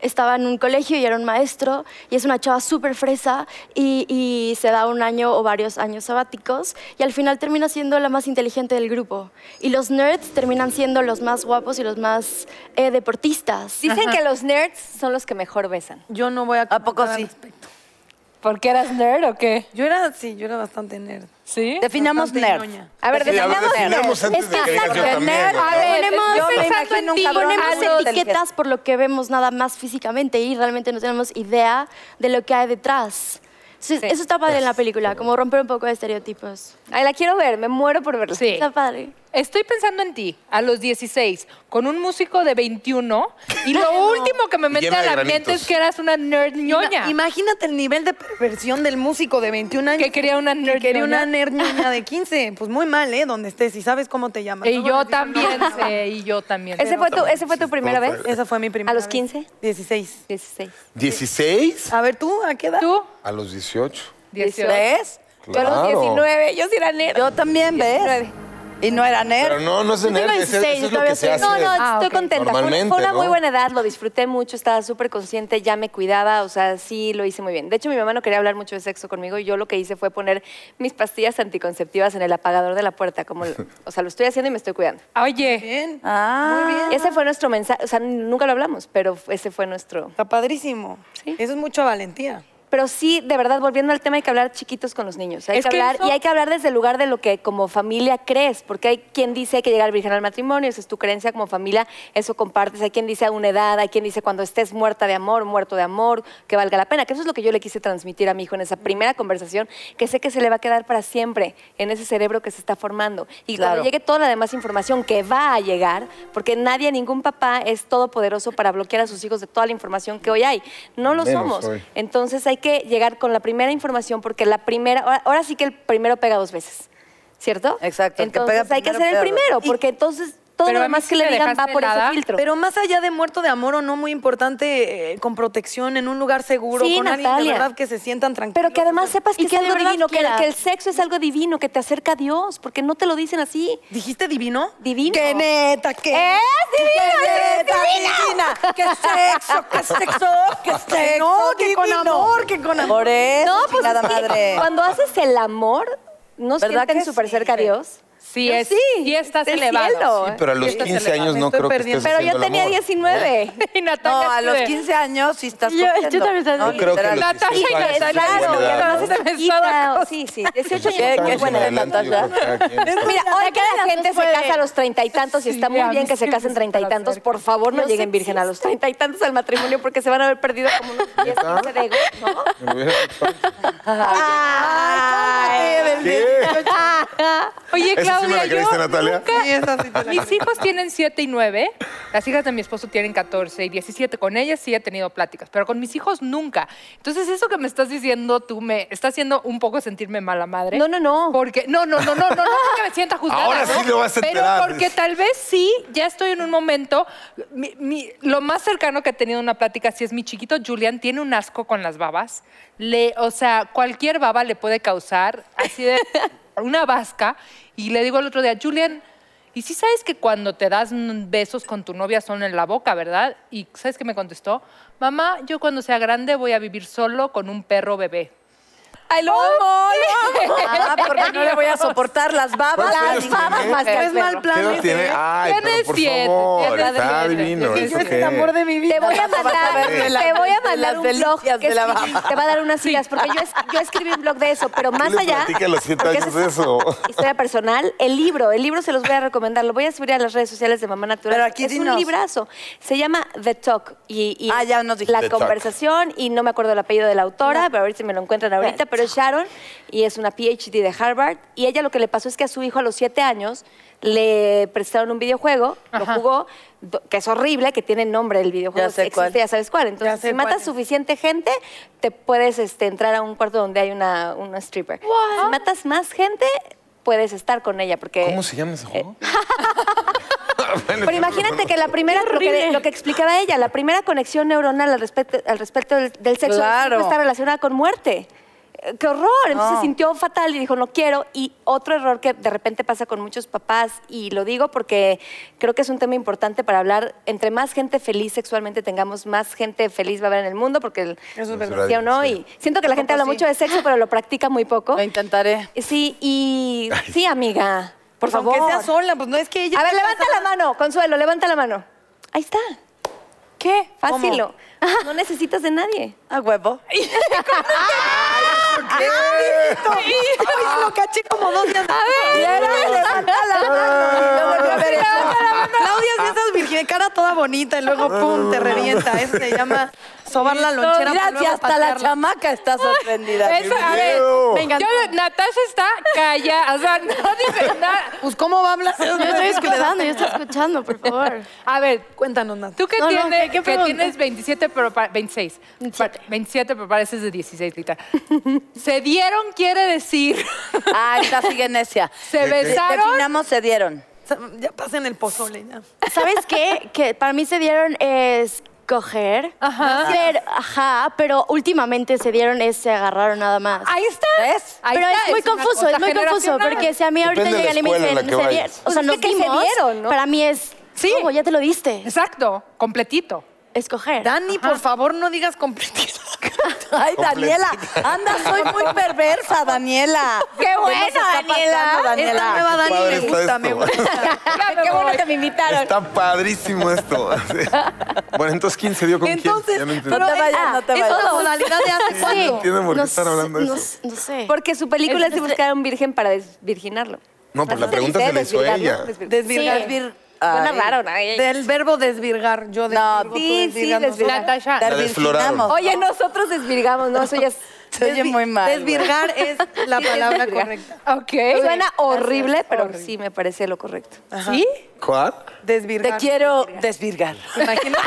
estaba en un colegio y era un maestro, y es una chava súper fresa y, y se da un año o varios años sabáticos, y al final termina siendo la más inteligente del grupo. Y los nerds terminan siendo los más guapos y los más eh, deportistas. Dicen que los nerds son los que mejor besan. Yo no voy a... ¿A poco comentar al sí? respecto. ¿Por qué eras nerd o qué? Yo era, sí, yo era bastante nerd. ¿Sí? Definamos Bastante nerd. ñoña. A ver, Sí, a ver, definamos definamos nerds. antes de que digas yo también. A ¿no? ver, Ponemos, yo me pensando imagino en un ti, cabrón algo ponemos etiquetas inteligente. por lo que vemos nada más físicamente y realmente no tenemos idea de lo que hay detrás. Entonces, Eso está padre en la película, como romper un poco de estereotipos. Ay, la quiero ver, me muero por verla. Sí. Está padre. Estoy pensando en ti, a los 16, con un músico de 21, y lo último que me mete llena a de la granitos. mente es que eras una nerd ñoña. Ima- Imagínate el nivel de perversión del músico de 21 años. Que quería una Que nerd quería ñoña. una nerd ñoña de 15. Pues muy mal, ¿eh? Donde estés y sabes cómo te llamas. y Luego yo les digo, también no, no, sé, y yo también. ¿Ese fue, tu, ¿Ese fue tu primera No, vez? fue- no. Esa fue mi primera ¿A los vez. 15? 16. 16. ¿16? A ver, ¿tú a qué edad? ¿Tú? A los 18. 18. ¿Ves? Yo a los Claro. 19, yo sí era nerd. Yo también, ¿ves? Y no era Pero nerd. no, no es de Yo tengo nerd, es- 16, eso es lo todavía que se soy- hace. No, no, Ah, estoy ok. contenta. Fue- Normalmente, Fue una ¿no? muy buena edad, lo disfruté mucho, estaba súper consciente, ya me cuidaba, o sea, sí lo hice muy bien. De hecho, mi mamá no quería hablar mucho de sexo conmigo y yo lo que hice fue poner mis pastillas anticonceptivas en el apagador de la puerta, como, lo- o sea, lo estoy haciendo y me estoy cuidando. Oye, Bien. Ah, Muy bien. Ese fue nuestro mensaje, o sea, nunca lo hablamos, pero ese fue nuestro... Está padrísimo. Eso es mucha valentía. Pero sí, de verdad, volviendo al tema, hay que hablar chiquitos con los niños. Hay Es que que hablar, eso- Y hay que hablar desde el lugar de lo que como familia crees, porque hay quien dice hay que llegar virgen al matrimonio, esa es tu creencia como familia, eso compartes. Hay quien dice a una edad, hay quien dice cuando estés muerta de amor, muerto de amor, que valga la pena. Que eso es lo que yo le quise transmitir a mi hijo en esa primera conversación, que sé que se le va a quedar para siempre en ese cerebro que se está formando. Y Claro. cuando llegue toda la demás información que va a llegar, porque nadie, ningún papá es todopoderoso para bloquear a sus hijos de toda la información que hoy hay. No lo Menos somos. hoy. Entonces hay que llegar con la primera información porque la primera, ahora, ahora sí que el primero pega dos veces, ¿cierto? Exacto, el que Entonces pega hay que primero hacer el pega dos primero veces. porque entonces todo Pero lo a mí demás sí que le me digan va dejaste por ese helada. filtro. Pero más allá de muerto de amor o no, muy importante, eh, con protección, en un lugar seguro, Sí, con alguien de Natalia. verdad que se sientan tranquilos. Pero que además sepas que, Y que es de algo verdad divino, que, quieras. que el sexo es algo divino, que te acerca a Dios, porque no te lo dicen así. ¿Dijiste divino? Divino. ¡Qué neta! ¡Qué ¡Es ¡Qué divino! ¡Es neta divino! divina! ¡Qué sexo! ¡Qué sexo! ¡Qué sexo! no, que con divino! amor, que con amor. Por eso, No, pues chingada es que madre. cuando haces el amor, ¿no ¿Verdad sienten que súper sí, cerca a güey? Dios? sí, Yo es, sí, sí estás del elevado. cielo. Sí, Pero a los estás 15 elevado. años no Ah, estoy creo que perdiendo. estés Pero yo haciendo el tenía amor. Ah. 19. Y Natalia No, a los escribe, 15 años sí estás Yo- yo cogiendo. también estaba No, Yo creo que literal. los Natasha y 18 años es Natalia, buena Claro, y edad, además ¿no? está ¿no? chiquita. Sí, sí, 18 años. Qué- qué es muy Años en buena edad. adelante, yo creo que cada quien está- Mira, ahora que cada la las gente dos se fue- casa a los treinta y tantos y está Sí, muy a bien mí que sí se me casen gusta treinta y la tantos. cerca. Por favor, no Yo lleguen sé virgen que a los treinta y tantos al matrimonio porque se van a haber perdido como unos 10, 15 de egos, ¿no? Me hubiera gustado. Ay, cálmate, del- ¿Qué? Oye, Ese ¿Esa sí me la Claudia, creíste, yo Natalia? nunca- Sí, esa sí te la- Mis hijos tienen 7 y 9, las hijas de mi esposo tienen 14 y 17. Con ellas sí he tenido pláticas, pero con mis hijos nunca. Entonces, eso que me estás diciendo tú me está haciendo un poco sentirme mala madre. No, no, no. Porque, no, no, no, no, no, no porque me sienta juzgada. Ahora ¿no? sí lo vas a enterar. Pero porque tal vez sí, ya estoy en un momento. mi- mi- lo más cercano que he tenido una plática, si es mi chiquito Julian, tiene un asco con las babas. Le, o sea, cualquier baba le puede causar así de una vasca. Y le digo al otro día, Julian, y sí sabes que cuando te das mm, besos con tu novia son en la boca, ¿verdad? Y sabes que me contestó, mamá, yo cuando sea grande voy a vivir solo con un perro bebé. ¡Ay, lo amo! lo amo. Ah, porque Oh, no le voy a soportar las babas. ¿Cuántos Las años babas tiene? más que No al es mal perro. Pues, ¿eh? ¿Qué plan. edad ese, tiene? ¿eh? Ay, Tiene pero por siete, favor, tiene está siete. divino. Tiene ¿eso Yo es el qué? amor de mi vida. Te voy a mandar, ver de la- te voy de a las mandar un blog delicias que de la escribí. baba. te va a dar unas sillas, porque yo, es- yo escribí un blog de eso, pero más les allá. platica a los siete porque esa años de eso? Historia personal, el libro, el libro se los voy a recomendar, lo voy a subir a las redes sociales de Mamá Natural. Pero aquí es dinos. un librazo. Se llama The Talk y, y Ah, ya nos dijiste. la The Talk. conversación y no me acuerdo el apellido de la autora, pero a ver si me lo encuentran ahorita, The pero es Sharon y es una PhD de Harvard y ella lo que le pasó es que a su hijo a los siete años le prestaron un videojuego, lo jugó, do- que es horrible, que tiene nombre el videojuego, Ya sé existe, cuál. ya sabes cuál. Entonces, Ya sé si matas cuál es. suficiente gente, te puedes este, entrar a un cuarto donde hay una, una stripper. Si matas más gente, puedes estar con ella. Porque, ¿Cómo se llama ese juego? Eh, Bueno, Pero imagínate que la primera, lo que, lo que explicaba ella, la primera conexión neuronal al respecto, al respecto del, del sexo Claro. siempre está relacionada con muerte. Eh, ¡Qué horror! Entonces No. se sintió fatal y dijo, no quiero. Y otro error que de repente pasa con muchos papás, y lo digo porque creo que es un tema importante para hablar, entre más gente feliz sexualmente tengamos, más gente feliz va a haber en el mundo, porque el, Eso es Natural. verdad. ¿Sí o no? Y siento que la gente habla mucho de sexo, pero lo practica muy poco. Lo intentaré. Sí, y sí, amiga, por Pues favor. Aunque sea sola, pues no es que ella. A ver, levanta la mano, Consuelo, levanta la mano. Ahí está. ¿Qué? Fácil. ¿Cómo? No necesitas de nadie. A huevo. Ay, lo caché como dos días. A Lo volví a ver eso. Claudia, si estás virgen, cara toda bonita y luego pum, te revienta. Eso se llama sobar la lonchera. para Mira, si luego hasta la patearla. chamaca está sorprendida. Eso, a ver, video. venga, yo- Natasha está callada, o sea, no dice nada. Pues, ¿cómo va a hablar? Yo estoy escuchando, yo estoy escuchando, por favor. A ver, Cuéntanos, Nat. tú que, No, no, tienes, ¿qué- qué que pregunta? tienes 27, pero pa- 26. Pa- 27. 27, pero pareces de 16, Lita. Se dieron, quiere decir. Ah, esta sigue necia. Se besaron. Definamos, se dieron. Ya pasen el pozole, ya. ¿Sabes qué? Que para mí se dieron es coger. Ajá. Hacer, ajá, pero últimamente se dieron es se agarraron nada más. Ahí está. ¿Ves? Ahí pero está, es muy una confuso, cosa es muy confuso, generacional. porque si a mí ahorita Depende de la llegan y me escuela dicen, en la se que dieron, vayas. o sea, Pues es nos que se dimos, dieron, ¿no? para mí es, Sí. ¿cómo? Ya te lo diste, Exacto, completito. escoger. Dani, por favor, no digas completito. Ay, Daniela, anda, soy muy perversa, Daniela. Qué bueno, Daniela. Esta nueva Dani padre me está gusta, esto. me gusta. Qué bueno que me invitaron. Está padrísimo esto. bueno, entonces, ¿quién se dio con Entonces, quién? Ya no entiendo. No eh, te ah, vayas, no te es vayas. todo. modalidad de hace No cuánto. entiendo por qué No están sé, hablando de no, eso. no sé. Porque su película es de Es- buscar a un virgen para desvirginarlo. No, pues la Así pregunta dice, se la hizo desvirgar, ella. ¿no? Desvirgar. Desvirgar. Sí. vir- Suena Ay. raro, ¿no? Del verbo desvirgar. Yo desvirgo, tú sí, sí, desvirgas, nosotros. desvirgar. Natasha, La desfloraron. Oye, nosotros desvirgamos, ¿no? Eso ya es- Se oye Desvi- muy mal. güey. Desvirgar es la palabra desvirgar. correcta. ok. Suena horrible, pero sí me parece lo correcto. ¿Sí? ¿Cuál? Desvirgar. Te quiero desvirgar. Imagínate.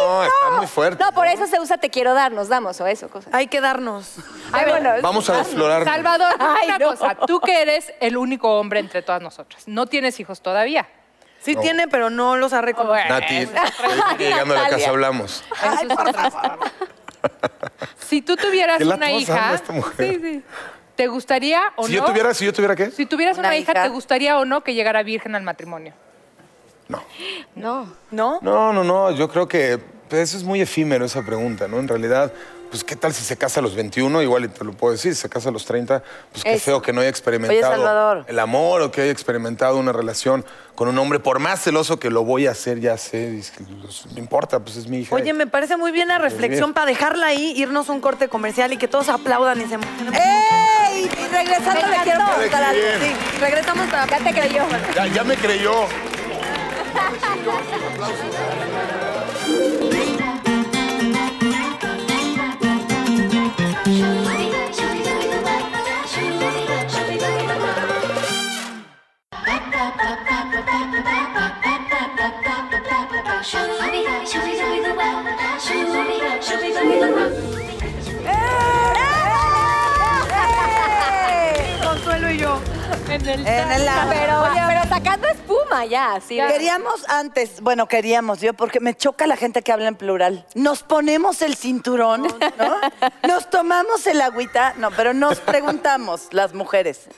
No, está muy fuerte. No, por eso se usa te quiero dar, nos damos o eso, cosas. Hay que darnos. Ay, bueno, Vamos a desflorar. Salvador, Ay, una no. cosa. Tú que eres el único hombre entre todas nosotras. No tienes hijos todavía. Sí No. tiene, pero no los ha reconocido. Nati, te dije que llegando a la casa hablamos. Eso es otra cosa. Si tú tuvieras Qué una latosa hija, anda esta mujer. Sí, sí. ¿te gustaría o Si no? yo tuviera, si yo tuviera qué? Si tuvieras una, Una hija, hija. ¿te gustaría o no que llegara virgen al matrimonio? No. No. ¿No? No, no, no. Yo creo que pues, eso es muy efímero esa pregunta, ¿no? En realidad, pues qué tal si se casa a los 21, igual y te lo puedo decir, si se casa a los 30, pues qué Eso. feo que no haya experimentado Salvador. el amor o que haya experimentado una relación con un hombre, por más celoso que lo voy a hacer, ya sé, dice, "Los- no importa, pues es mi hija. Oye, me parece muy bien la reflexión para dejarla ahí, irnos a un corte comercial y que todos aplaudan y se emocionen. ¡Ey! Y regresando le quiero encantó. preguntar algo. Bien. Sí, regresamos para... Ya te creyó. Ya, ya me creyó. Show me the way, show me the way, show me the way, show me the way. Consuelo y yo. En el En el agua. Pero, pero sacando espuma ya, sí. Queríamos antes, bueno, queríamos yo, porque me choca la gente que habla en plural. Nos ponemos el cinturón, ¿no? Nos tomamos el agüita, no, pero nos preguntamos, las mujeres,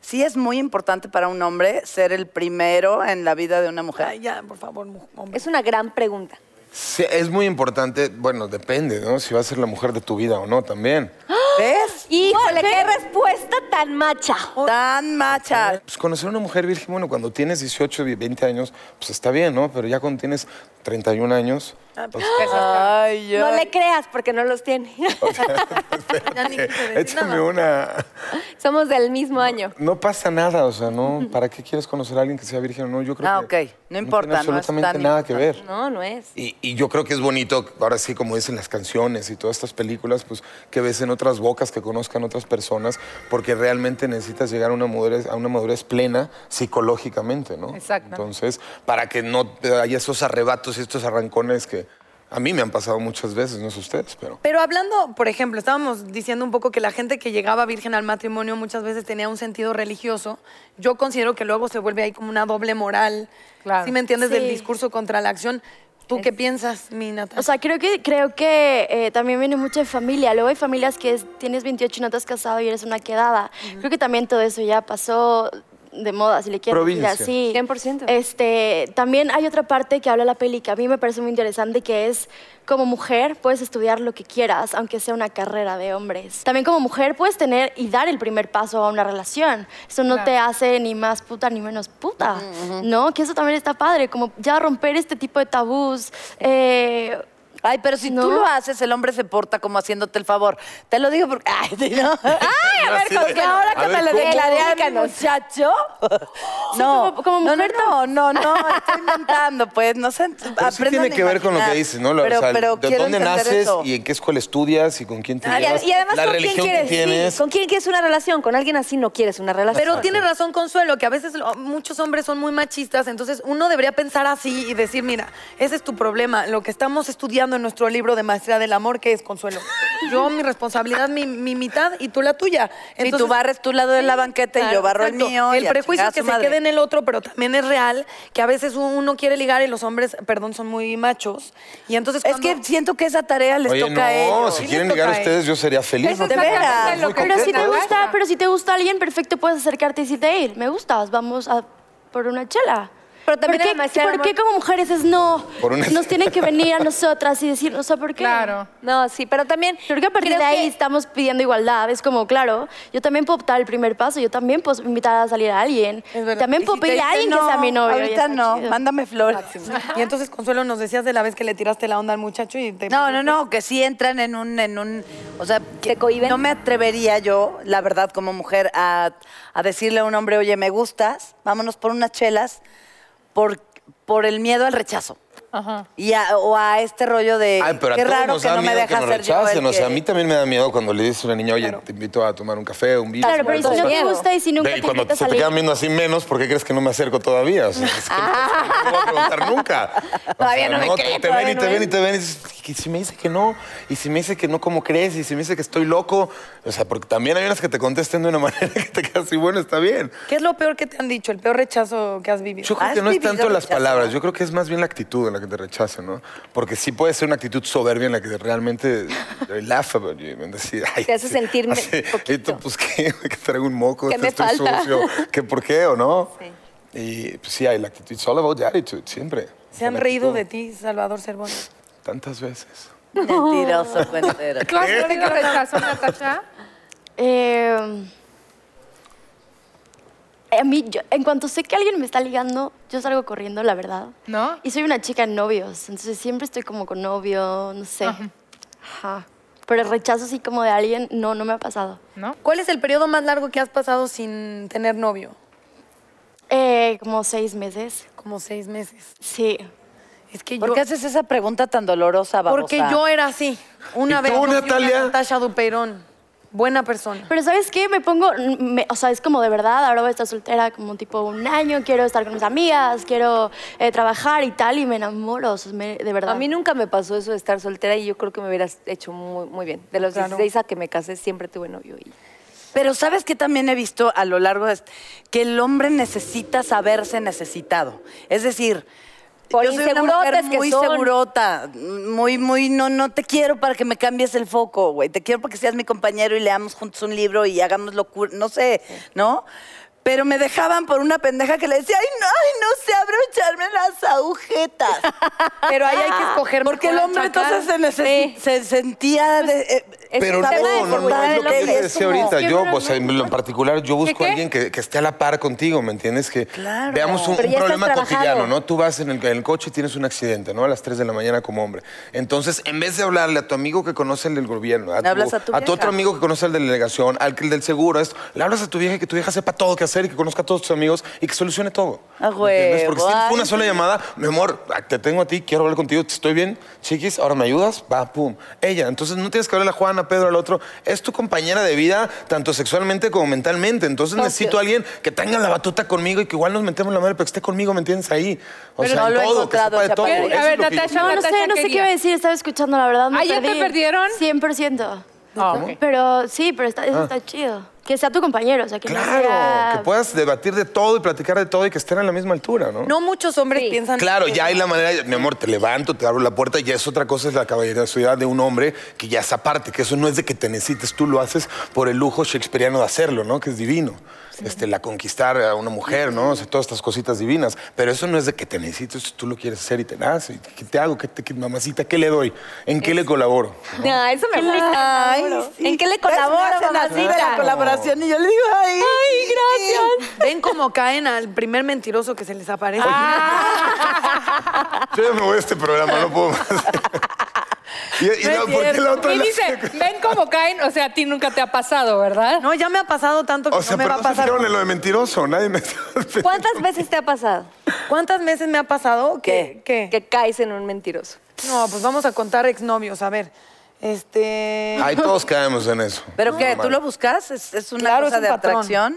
si es muy importante para un hombre ser el primero en la vida de una mujer. Ay, ya, por favor, mu- hombre. Es una gran pregunta. Sí, es muy importante, bueno, depende, ¿no? Si va a ser la mujer de tu vida o no también. ¿Ves? Híjole, qué respuesta tan macha. Tan macha. Pues conocer a una mujer virgen, bueno, cuando tienes 18, 20 años, pues está bien, ¿no? Pero ya cuando tienes 31 años, pues, Ay, No le creas porque no los tiene. échame una... Somos del mismo año. No pasa nada, o sea, ¿no? ¿Para qué quieres conocer a alguien que sea virgen o no? Yo creo Ah, que ok. No importa, no es tiene absolutamente tan nada que ver. No, no es. Y, y yo creo que es bonito, ahora sí, como dicen las canciones y todas estas películas, pues que ves en otras bocas, que conozcan otras personas, porque realmente necesitas llegar a una madurez, a una madurez plena psicológicamente, ¿no? Exactamente. Entonces, para que no haya esos arrebatos y estos arrancones que a mí me han pasado muchas veces, no sé ustedes, pero... Pero hablando, por ejemplo, estábamos diciendo un poco que la gente que llegaba virgen al matrimonio muchas veces tenía un sentido religioso. Yo considero que luego se vuelve ahí como una doble moral. Claro. ¿Sí me entiendes? Del Sí. discurso contra la acción. ¿Tú qué piensas, mi Natalia? O sea, creo que, creo que eh, también viene mucho de familia. Luego hay familias que es- tienes 28 y no te has casado y eres una quedada. Creo que también todo eso ya pasó de moda, si le quieres decir Provincia. así. 100%. Este, también hay otra parte que habla la peli que a mí me parece muy interesante, que es como mujer puedes estudiar lo que quieras, aunque sea una carrera de hombres. También como mujer puedes tener y dar el primer paso a una relación. Eso no te hace ni más puta ni menos puta, ¿no? Que eso también está padre, como ya romper este tipo de tabús. eh, Ay, pero si No. tú lo haces, el hombre se porta como haciéndote el favor. Te lo digo porque. Ay, sí, ¿no? Ay, a ver, Así de- Consuelo, ahora a que ver, me lo ¿cómo? declaré al muchacho. No, como- como no, no, mujer, no, no, no, estoy inventando, pues. No sé. Pero sí tiene que ver con lo que dices, ¿no? Lo- o sea, de dónde naces y en qué escuela estudias y con quién te Ah, y, llevas, y además, la ¿con quién religión que quieres? sí, tienes. ¿Con quién quieres una relación? Con alguien así no quieres una relación. Pero tiene razón Consuelo, que a veces lo- muchos hombres son muy machistas, entonces uno debería pensar así y decir, mira, ese es tu problema, lo que estamos estudiando en nuestro libro de Maestría del Amor, que es Consuelo? Yo, mi responsabilidad, mi, mi mitad y tú la tuya. Y tú barres tu lado de la banqueta y yo barro Exacto. el mío. El y a prejuicio chingar a es que su se madre. quede en el otro, pero también es real que a veces uno quiere ligar y los hombres, perdón, son muy machos. Y entonces Es cuando- que siento que esa tarea les Oye, toca no, a ellos. si Sí quieren les toca ligar a ustedes, yo sería feliz. Es no te exactamente creas, lo muy que- Pero si te coqueta. gusta, pero si te gusta alguien, perfecto, puedes acercarte y decirte, hey, me gustas, vamos a por una chela. Pero también ¿Por en la qué, maestría del ¿por qué amor- como mujeres es no? Por una- Nos tienen que venir a nosotras y decir, no sé por qué. Claro. No, sí, pero también. Creo que a partir creo de ahí que- estamos pidiendo igualdad. Es como, claro, yo también puedo optar el primer paso, yo también puedo invitar a salir a alguien. También Y puedo si te pedir a dice alguien que sea mi no, novio. y Ahorita está no, chido. mándame flores. Y entonces, Consuelo, nos decías de la vez que le tiraste la onda al muchacho y te... No, no, no, que sí entran en un, en un, o sea, que ¿Te cohíben? no me atrevería yo, la verdad, como mujer, a, a decirle a un hombre, oye, me gustas, vámonos por unas chelas, por, por el miedo al rechazo. Ajá. Y a- o a este rollo de, Ay, pero a qué todos raro nos que da no me miedo dejas que ser nos yo el rechacen. o sea, a que- mí también me da miedo cuando le dices a una niña, oye, te invito a tomar un café, un vino. Claro, pero si no te Miedo. gusta y si nunca Ve, te y cuando invita a se te salir. quedan viendo así menos, ¿por qué crees que no me acerco todavía? O sea, es que no, no voy a preguntar nunca. Ah. Todavía no me Te, te ven y te ven y te ven y dices, "¿Y si me dice que no? ¿Y si me dice que no, cómo crees? ¿Y si me dice que estoy loco? O sea, porque también hay unas que te contesten de una manera que te quedas así, bueno, está bien. ¿Qué es lo peor que te han dicho? ¿El peor rechazo que has vivido? Yo creo ¿Has que no es vivido tanto las rechazo? palabras, yo creo que es más bien la actitud en la que te rechazan, ¿no? Porque sí puede ser una actitud soberbia en la que realmente I laugh about you, man, decir, ay, Te hace sí, sentirme así, poquito. y tú, pues qué, que traigo un moco, ¿Qué este me estoy falta? sucio, que por qué o no. Y pues sí, hay la actitud, it's all about the attitude, siempre. ¿Se han La reído de actitud, ti, Salvador Cervón? Tantas veces. Mentiroso, cuentero. ¿Tú has tenido rechazo, Natasha? Eh, a mí, yo- en cuanto sé que alguien me está ligando, yo salgo corriendo, la verdad. ¿No? Y soy una chica en novios, entonces siempre estoy como con novio, no sé. Ajá. Pero el rechazo así como de alguien, no, no me ha pasado. ¿No? ¿Cuál es el periodo más largo que has pasado sin tener novio? Eh, como seis meses. Como seis meses. Sí. Es que ¿Por yo... qué haces esa pregunta tan dolorosa, babosa? Porque yo era así. Una ¿Y vez tú, yo fui una Natalia? Natasha Duperón. buena persona. Pero ¿sabes qué? Me pongo, me- o sea, es como de verdad, ahora voy a estar soltera como tipo un año, quiero estar con mis amigas, quiero eh, trabajar y tal, y me enamoro, o sea, me- de verdad. A mí nunca me pasó eso de estar soltera y yo creo que me hubieras hecho muy, muy bien. De los 16 a que me casé siempre tuve novio. Y... Pero sabes que también he visto a lo largo de est- que el hombre necesita saberse necesitado. Es decir, Por yo soy una mujer insegurotes que muy son. segurota, muy, muy, no, no te quiero para que me cambies el foco, güey. Te quiero para que seas mi compañero y leamos juntos un libro y hagamos locura, no sé, ¿no? Pero me dejaban por una pendeja que le decía, ay, no, ay, no sé abrocharme las agujetas. Pero ahí hay que escoger Porque el mejor al hombre chacal. entonces se, necesi- se sentía... de- eh, Pero no, sabe no, no, disfrutar es del lo que hombre, te es decía como- ahorita. Yo, Qué o sea, en lo en particular, yo busco a alguien que, que esté a la par contigo, ¿me entiendes? Que Claro. veamos un, Pero un ya estás problema trabajado. cotidiano, ¿no? Tú vas en el, en el coche y tienes un accidente, ¿no? A las 3 de la mañana como hombre. Entonces, en vez de hablarle a tu amigo que conoce el del gobierno, a Le hablas a tu a tu vieja. otro amigo que conoce el de la delegación, al que el del seguro, esto, le hablas a tu vieja y que tu vieja sepa todo qué hacer y que conozca a todos tus amigos y que solucione todo. Ah, ¿me entiendes? huevo, Porque si fue ay, una sola llamada, mi amor, te tengo a ti, quiero hablar contigo, estoy bien, chiquis, ahora me ayudas, va, pum. Ella, entonces no tienes que hablarle a Juana, a Pedro, al otro, es tu compañera de vida, tanto sexualmente como mentalmente, entonces necesito a alguien que tenga la batuta conmigo y que igual nos metemos la madre, pero que esté conmigo, ¿me entiendes? Ahí, o Pero sea, no en lo he todo, encontrado, que sepa de todo. Chaparro. Eso A es ver, lo que yo Natasha, quiero. No, no sé, Natasha no sé qué quería. iba a decir, estaba escuchando, la verdad. me ¿Ah, ya te perdí. perdieron? 100%. Ah, ok. Pero sí, pero está, eso está chido. Que sea tu compañero, o sea, que no sea... Ah. Claro, que puedas debatir de todo y platicar de todo y que estén a la misma altura, ¿no? No muchos hombres piensan. Claro, que- ya hay la manera, de- mi amor, te levanto, te abro la puerta, ya es otra cosa, es la caballerosidad de un hombre que ya es aparte, que eso no es de que te necesites, tú lo haces por el lujo shakespeariano de hacerlo, ¿no? Que es divino. Este, la conquistar a una mujer, ¿no? O sea, todas estas cositas divinas. Pero eso no es de que te necesites, tú lo quieres hacer y te nace. ¿Qué te hago? ¿Qué, te- qué- mamacita? ¿Qué le doy? ¿En qué le colaboro? No, eso me gusta. Ay, seguro. sí. ¿En qué le Ves, me colaboro, hacen así de mamacita? la colaboración y yo le digo, ay. Ay, Ven cómo caen al primer mentiroso que se les aparece. Ah. Yo ya me voy a este programa, no puedo más. y, y la- ¿por qué la otra Y la- dice, ven cómo caen, o sea, a ti nunca te ha pasado, ¿verdad? No, ya me ha pasado tanto que O sea, no me pero va a no se pasar. fijaron en lo de mentiroso, nadie me... ¿Cuántas veces te ha pasado ¿Cuántas veces me ha pasado que, que- que caes en un mentiroso? No, pues vamos a contar exnovios, a ver. Este. Ahí todos caemos en eso. ¿Pero qué? ¿Tú Normal. lo buscas? ¿Es, es una Claro, cosa es un de patrón. atracción?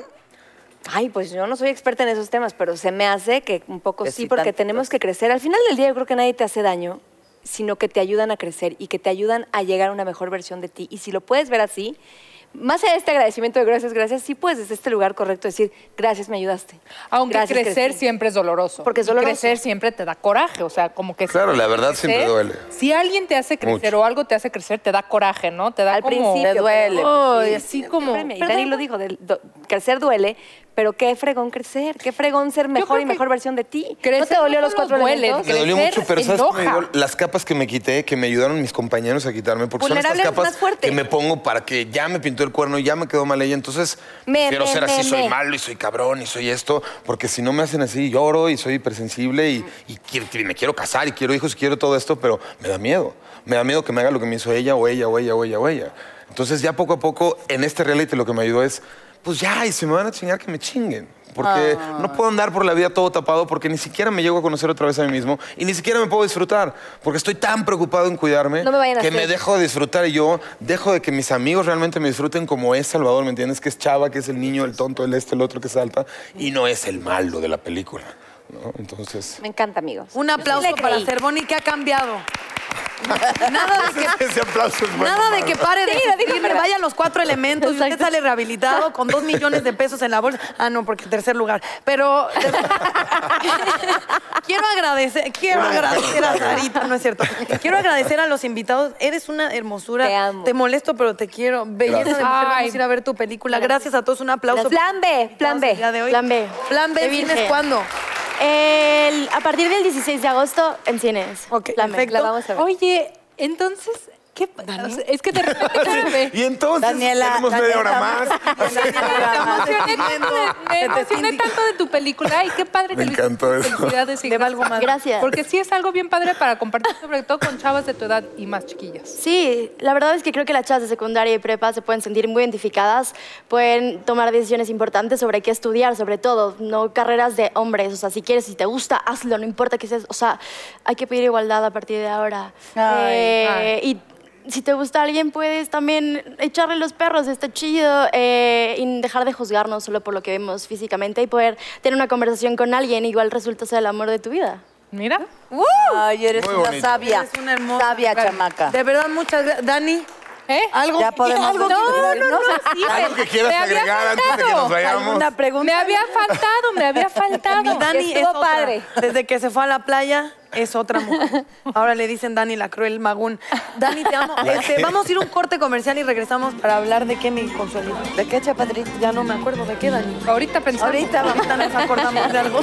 Ay, pues yo no soy experta en esos temas, pero se me hace que un poco Que sí, sí, porque tantito. tenemos que crecer. Al final del día yo creo que nadie te hace daño, sino que te ayudan a crecer y que te ayudan a llegar a una mejor versión de ti. Y si lo puedes ver así, más allá de este agradecimiento de gracias, gracias, sí puedes desde este lugar correcto decir, gracias, me ayudaste. Aunque Gracias, crecer crecí". siempre es doloroso. Porque es Y doloroso. crecer siempre te da coraje, o sea, como que... Claro, la verdad crecer, siempre duele. Si alguien te hace crecer Mucho. o algo te hace crecer, te da coraje, ¿no? Te da Al como- principio. Te duele, Oh, pero- Ay, así como- Espérame, y Dani lo dijo, del- do- crecer duele, pero qué fregón crecer, qué fregón ser mejor creo y que mejor versión de ti. ¿No crecer te dolió no los solo cuatro duele, elementos? Me dolió crecer mucho, pero ¿sabes qué me enoja. dolió? Las capas que me quité, que me ayudaron mis compañeros a quitarme, porque son estas Vulnerable es capas más fuerte. que me pongo para que ya me pintó el cuerno, ya me quedó mal ella, entonces Me, quiero me, ser me, así, me. soy malo y soy cabrón y soy esto, porque si no me hacen así lloro y soy hipersensible y, y quiero- y me quiero casar y quiero hijos y quiero todo esto, pero me da miedo, me da miedo que me haga lo que me hizo ella o ella o ella o ella o ella. Entonces ya poco a poco en este reality lo que me ayudó es, pues ya, y si me van a chingar, que me chinguen. Porque Ah. no puedo andar por la vida todo tapado porque ni siquiera me llego a conocer otra vez a mí mismo y ni siquiera me puedo disfrutar porque estoy tan preocupado en cuidarme No me vayan a que hacer. me dejo de disfrutar y yo dejo de que mis amigos realmente me disfruten como es Salvador, ¿me entiendes? Que es Chava, que es el niño, el tonto, el este, el otro que salta y no es el malo de la película, ¿no? Entonces... Me encanta, amigos. Un Yo sí aplauso le para creí. Cervoni que ha cambiado. Nada de que Ese aplauso es bueno, Nada de Mar. que pare de Sí, lo dijo, existir, le pero- vayan los cuatro elementos y usted Exacto. sale rehabilitado con dos millones de pesos en la bolsa. Ah, no, porque tercer lugar. Pero de verdad, quiero agradecer, quiero agradecer a Sarita, no es cierto. Quiero agradecer a los invitados. Eres una hermosura. Te amo. molesto, pero te quiero. Belleza de mujer. Ay. Vamos a ir a ver tu película. Gracias a todos. Un aplauso. Plan B, plan B. El día de hoy. Plan B. Plan B, De ¿tienes Virgen. cuándo? El- a partir del 16 de agosto en cines. Ok, Plan B. perfecto. La vamos a ver. Oye, entonces, ¿qué pa- o sea, es que de repente... espérame. Y entonces Daniela, tenemos media hora más. Me emocioné tanto de- me este emocioné tanto de tu película y qué padre Me que lo hiciste. encantó eso. Felicidades y Le valgo madre. Gracias. Porque sí es algo bien padre para compartir, sobre todo con chavas de tu edad y más chiquillas. Sí, la verdad es que creo que las chavas de secundaria y prepa se pueden sentir muy identificadas, pues. pueden tomar decisiones importantes sobre qué estudiar, sobre todo, no carreras de hombres, o sea, si quieres, si te gusta, hazlo, no importa que seas, o sea, hay que pedir igualdad a partir de ahora. Ay, Eh, Y si te gusta alguien, puedes también echarle los perros, está chido, eh, y dejar de juzgarnos solo por lo que vemos físicamente y poder tener una conversación con alguien, igual resulta ser el amor de tu vida. Mira. Ay, eres Muy una bonito. sabia. Eres una hermosa. Sabia chamaca. De verdad, muchas gracias. Dani, ¿Eh? algo Ya podemos algo no, no, no, Pues ¿Algo que quieras agregar antes de que nos vayamos? Una Me pregunta. había faltado, me había faltado. Dani Estuvo es otra. padre. Desde que se fue a la playa, es otra mujer. Ahora le dicen Dani la cruel magún. Dani, te amo. Este, vamos a ir a un corte comercial y regresamos para hablar de qué, mi consuelito. ¿De qué, chapadrito? Ya no me acuerdo de qué, Dani. Ahorita pensamos. Ahorita, ahorita nos acordamos de algo.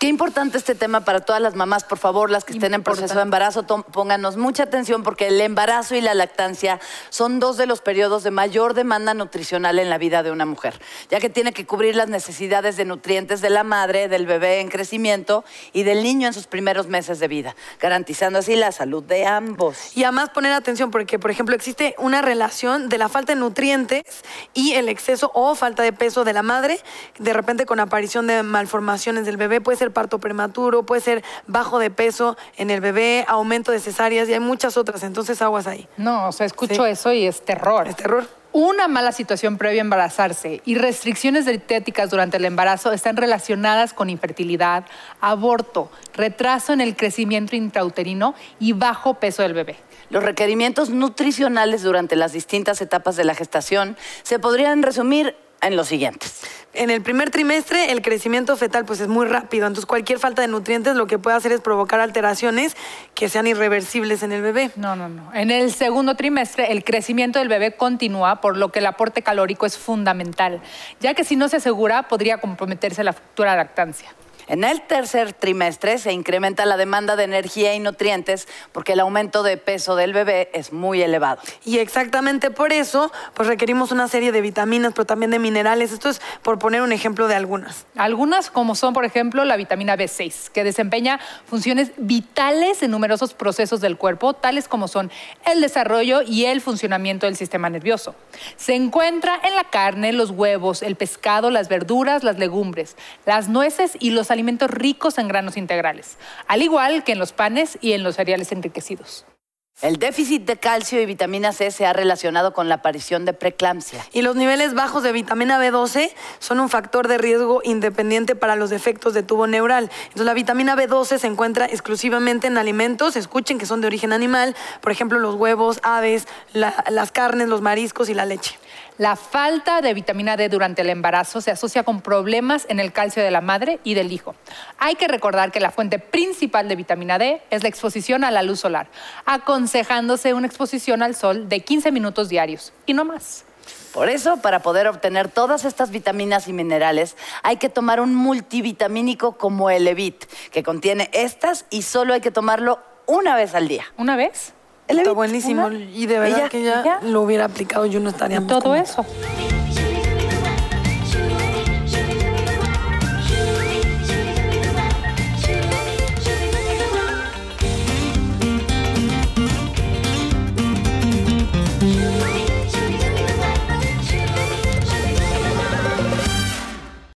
Qué importante este tema para todas las mamás, por favor, las que estén en proceso de embarazo, tom- pónganos mucha atención porque el embarazo y la lactancia son dos de los periodos de mayor demanda nutricional en la vida de una mujer, ya que tiene que cubrir las necesidades de nutrientes de la madre, del bebé en crecimiento y del niño en sus primeros meses de vida, garantizando así la salud de ambos. Y además poner atención porque, por ejemplo, existe una relación de la falta de nutrientes y el exceso o falta de peso de la madre, de repente con aparición de malformaciones del bebé, puede ser parto prematuro, puede ser bajo de peso en el bebé, aumento de cesáreas y hay muchas otras, entonces aguas ahí. No, o sea, escucho Sí. eso y es terror. Es terror. Una mala situación previa a embarazarse y restricciones dietéticas durante el embarazo están relacionadas con infertilidad, aborto, retraso en el crecimiento intrauterino y bajo peso del bebé. Los requerimientos nutricionales durante las distintas etapas de la gestación se podrían resumir en los siguientes. En el primer trimestre el crecimiento fetal pues es muy rápido, entonces cualquier falta de nutrientes lo que puede hacer es provocar alteraciones que sean irreversibles en el bebé. No, no, no. En el segundo trimestre, el crecimiento del bebé continúa, por lo que el aporte calórico es fundamental, ya que si no se asegura, podría comprometerse la futura lactancia. En el tercer trimestre se incrementa la demanda de energía y nutrientes porque el aumento de peso del bebé es muy elevado. Y exactamente por eso, pues requerimos una serie de vitaminas, pero también de minerales. Esto es por poner un ejemplo de algunas. Algunas, como son, por ejemplo, la vitamina B6, que desempeña funciones vitales en numerosos procesos del cuerpo, tales como son el desarrollo y el funcionamiento del sistema nervioso. Se encuentra en la carne, los huevos, el pescado, las verduras, las legumbres, las nueces y los alimentos ricos en granos integrales, al igual que en los panes y en los cereales enriquecidos. El déficit de calcio y vitamina C se ha relacionado con la aparición de preeclampsia. Y los niveles bajos de vitamina B12 son un factor de riesgo independiente para los defectos de tubo neural. Entonces, la vitamina B12 se encuentra exclusivamente en alimentos, escuchen que son de origen animal, por ejemplo, los huevos, aves, la- las carnes, los mariscos y la leche. La falta de vitamina D durante el embarazo se asocia con problemas en el calcio de la madre y del hijo. Hay que recordar que la fuente principal de vitamina D es la exposición a la luz solar, aconsejándose una exposición al sol de 15 minutos diarios y no más. Por eso, para poder obtener todas estas vitaminas y minerales, hay que tomar un multivitamínico como el Evit, que contiene estas y solo hay que tomarlo una vez al día. ¿Una vez? El Está Evit, buenísimo una- y de verdad ya, que ya, ya. lo hubiera aplicado yo no estaría Todo eso.